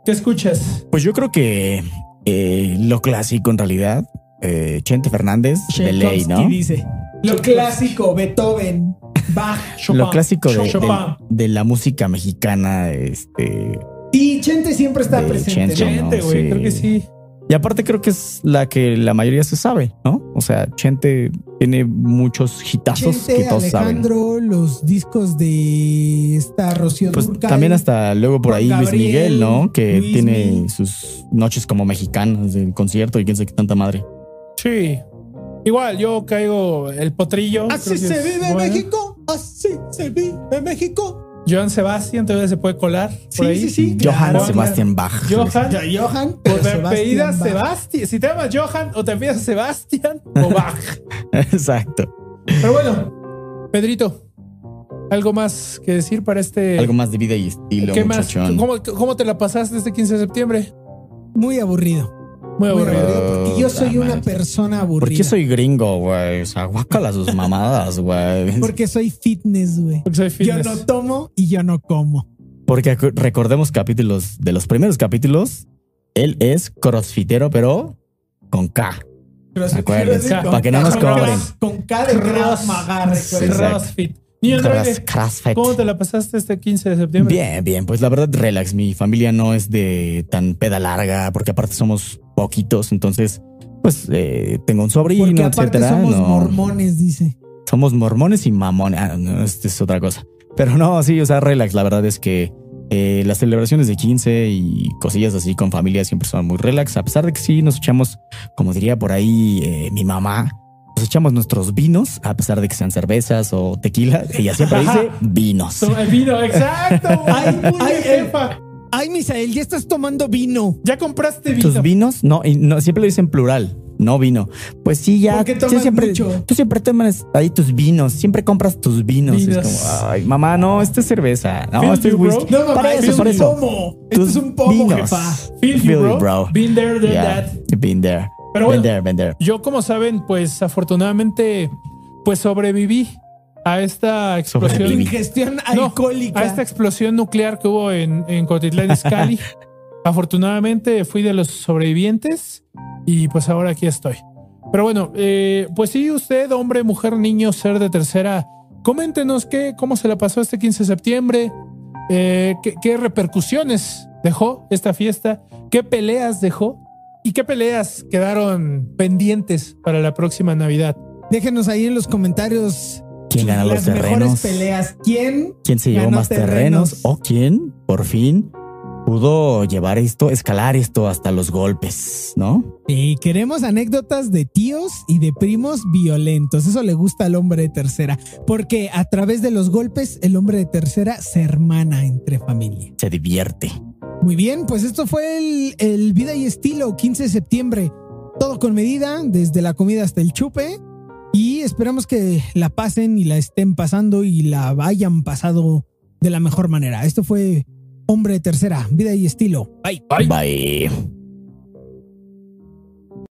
Speaker 2: ¿qué escuchas?
Speaker 4: Pues yo creo que eh, lo clásico en realidad. eh, Chente Fernández, de ley,
Speaker 3: Tchaikovsky
Speaker 4: ¿no?
Speaker 3: dice. Lo clásico, Beethoven, Bach.
Speaker 2: Chopin.
Speaker 4: Lo clásico de,
Speaker 2: Chopin.
Speaker 4: de- de la música mexicana, este.
Speaker 3: Y Chente siempre está
Speaker 4: De
Speaker 3: presente.
Speaker 4: Chente.
Speaker 3: ¿no?
Speaker 2: Gente,
Speaker 4: No,
Speaker 2: güey,
Speaker 4: sí.
Speaker 2: creo que sí.
Speaker 4: Y aparte creo que es la que la mayoría se sabe, ¿no? O sea, Chente tiene muchos hitazos que
Speaker 3: Chente,
Speaker 4: todos saben.
Speaker 3: Alejandro, los discos de esta Rocío
Speaker 4: Pues
Speaker 3: Dúrcal.
Speaker 4: también hasta luego por
Speaker 3: Juan
Speaker 4: ahí Luis
Speaker 3: Gabriel,
Speaker 4: Miguel, ¿no? Que
Speaker 3: Luis
Speaker 4: tiene
Speaker 3: Miguel.
Speaker 4: sus noches como mexicanas de concierto y quién sabe qué tanta madre.
Speaker 2: Sí. Igual, yo caigo el potrillo. creo
Speaker 3: Así
Speaker 2: que
Speaker 3: se
Speaker 2: es
Speaker 3: vive
Speaker 2: bueno.
Speaker 3: México, así se vive México.
Speaker 2: Joan Sebastián todavía se puede colar. por
Speaker 3: Sí,
Speaker 2: ahí.
Speaker 3: sí, sí.
Speaker 4: Johann
Speaker 3: Claro.
Speaker 4: Sebastian Bach.
Speaker 2: Johan.
Speaker 3: Ya, Johan,
Speaker 2: O te apellidas
Speaker 3: apellidas
Speaker 2: Sebastián. Si te llamas Johan o te apellidas Sebastián o Bach.
Speaker 4: Exacto.
Speaker 2: Pero bueno, Pedrito, ¿Algo más que decir para
Speaker 3: Eh,
Speaker 2: este?
Speaker 4: Algo más de vida y estilo,
Speaker 2: ¿Qué más?
Speaker 4: muchachón.
Speaker 2: ¿Cómo, cómo te la pasaste este 15 de septiembre?
Speaker 3: Muy aburrido.
Speaker 2: Muy
Speaker 3: Muy
Speaker 2: aburrido.
Speaker 3: aburrido. Porque yo soy
Speaker 4: Ah,
Speaker 3: una
Speaker 4: man.
Speaker 3: persona
Speaker 4: ¿Por qué
Speaker 3: aburrida.
Speaker 4: soy gringo, güey? O sea, guácala sus mamadas, güey.
Speaker 3: Porque soy fitness, güey.
Speaker 2: Porque soy
Speaker 3: Yo
Speaker 2: fitness.
Speaker 3: no tomo y yo no como.
Speaker 4: Porque acu- recordemos capítulos de los primeros capítulos. Él es crossfitero, pero con K.
Speaker 3: Pero
Speaker 4: Acuérdense,
Speaker 3: quiero decir,
Speaker 4: para que no nos
Speaker 3: con K-
Speaker 4: cobren.
Speaker 3: Con K de Krav Maga, recuerden.
Speaker 4: Exacto.
Speaker 2: Crossfit. Niño
Speaker 4: Cross-
Speaker 2: Andrade,
Speaker 4: crossfit.
Speaker 2: ¿cómo te la pasaste este 15 de septiembre?
Speaker 4: Bien, bien. Pues la verdad, relax. Mi familia no es de tan peda larga, porque aparte somos poquitos. Entonces, pues eh, tengo un sobrino,
Speaker 3: Porque aparte
Speaker 4: etcétera.
Speaker 3: somos
Speaker 4: no.
Speaker 3: mormones, dice.
Speaker 4: Somos mormones y mamones. Ah, no, esto es otra cosa. Pero no, sí, o sea, relax. La verdad es que eh, las celebraciones de 15 y cosillas así con familia siempre son muy relax. A pesar de que sí nos echamos, como diría por ahí eh, mi mamá, nos echamos nuestros vinos, a pesar de que sean cervezas o tequila. Ella siempre dice vinos.
Speaker 2: Toma el vino, exacto.
Speaker 3: Ay,
Speaker 2: Ay, muy
Speaker 3: ay,
Speaker 2: bien, jefa.
Speaker 3: Ay, Misael, ya estás tomando vino.
Speaker 2: Ya compraste
Speaker 4: ¿Tus
Speaker 2: vino.
Speaker 4: vinos? No, y no, siempre lo dicen plural. No vino. Pues sí, ya.
Speaker 3: ¿Por qué
Speaker 4: tú
Speaker 3: tomas
Speaker 4: siempre,
Speaker 3: mucho?
Speaker 4: Tú siempre tomas ahí tus vinos. Siempre compras tus vinos. Es
Speaker 2: Vinos.
Speaker 4: como, ay, mamá, no, esta es cerveza. No,
Speaker 2: Feel
Speaker 4: este es
Speaker 2: you, bro.
Speaker 4: whisky.
Speaker 2: No, mamá,
Speaker 4: para eso,
Speaker 2: feel
Speaker 4: para
Speaker 2: you.
Speaker 4: eso.
Speaker 3: Pomo. Esto
Speaker 4: Tus
Speaker 3: Este es un pomo,
Speaker 4: vinos.
Speaker 3: jefa.
Speaker 2: Feel you,
Speaker 4: Feel you,
Speaker 2: bro.
Speaker 4: bro.
Speaker 2: Been there, done
Speaker 4: Yeah,
Speaker 2: that.
Speaker 4: been there.
Speaker 2: Pero bueno.
Speaker 4: Been there, been there.
Speaker 2: Yo, como saben, pues afortunadamente, pues sobreviví a esta explosión.
Speaker 4: Sobreviví.
Speaker 3: Ingestión
Speaker 2: No,
Speaker 3: alcohólica.
Speaker 2: a esta explosión nuclear que hubo en, en Cotitlán Iscali. Afortunadamente fui de los sobrevivientes y pues ahora aquí estoy. Pero bueno, eh, pues sí, usted, hombre, mujer, niño, ser de tercera, coméntenos qué, cómo se la pasó este 15 de septiembre, eh, qué, qué repercusiones dejó esta fiesta, qué peleas dejó y qué peleas quedaron pendientes para la próxima Navidad.
Speaker 3: Déjenos ahí en los comentarios
Speaker 4: ¿Quién gana los
Speaker 3: las mejores
Speaker 4: terrenos?
Speaker 3: peleas. ¿Quién?
Speaker 4: ¿Quién se llevó
Speaker 3: ganó
Speaker 4: más terrenos?
Speaker 3: terrenos?
Speaker 4: ¿O quién, por fin, pudo llevar esto, escalar esto hasta los golpes, no?
Speaker 3: Y queremos anécdotas de tíos y de primos violentos. Eso le gusta al hombre de tercera, porque a través de los golpes el hombre de tercera se hermana entre familia.
Speaker 4: Se divierte.
Speaker 3: Muy bien, pues esto fue el, el Vida y Estilo 15 de septiembre. Todo con medida, desde la comida hasta el chupe. Y esperamos que la pasen y la estén pasando y la hayan pasado de la mejor manera. Esto fue Hombre de Tercera, Vida y Estilo.
Speaker 4: Bye.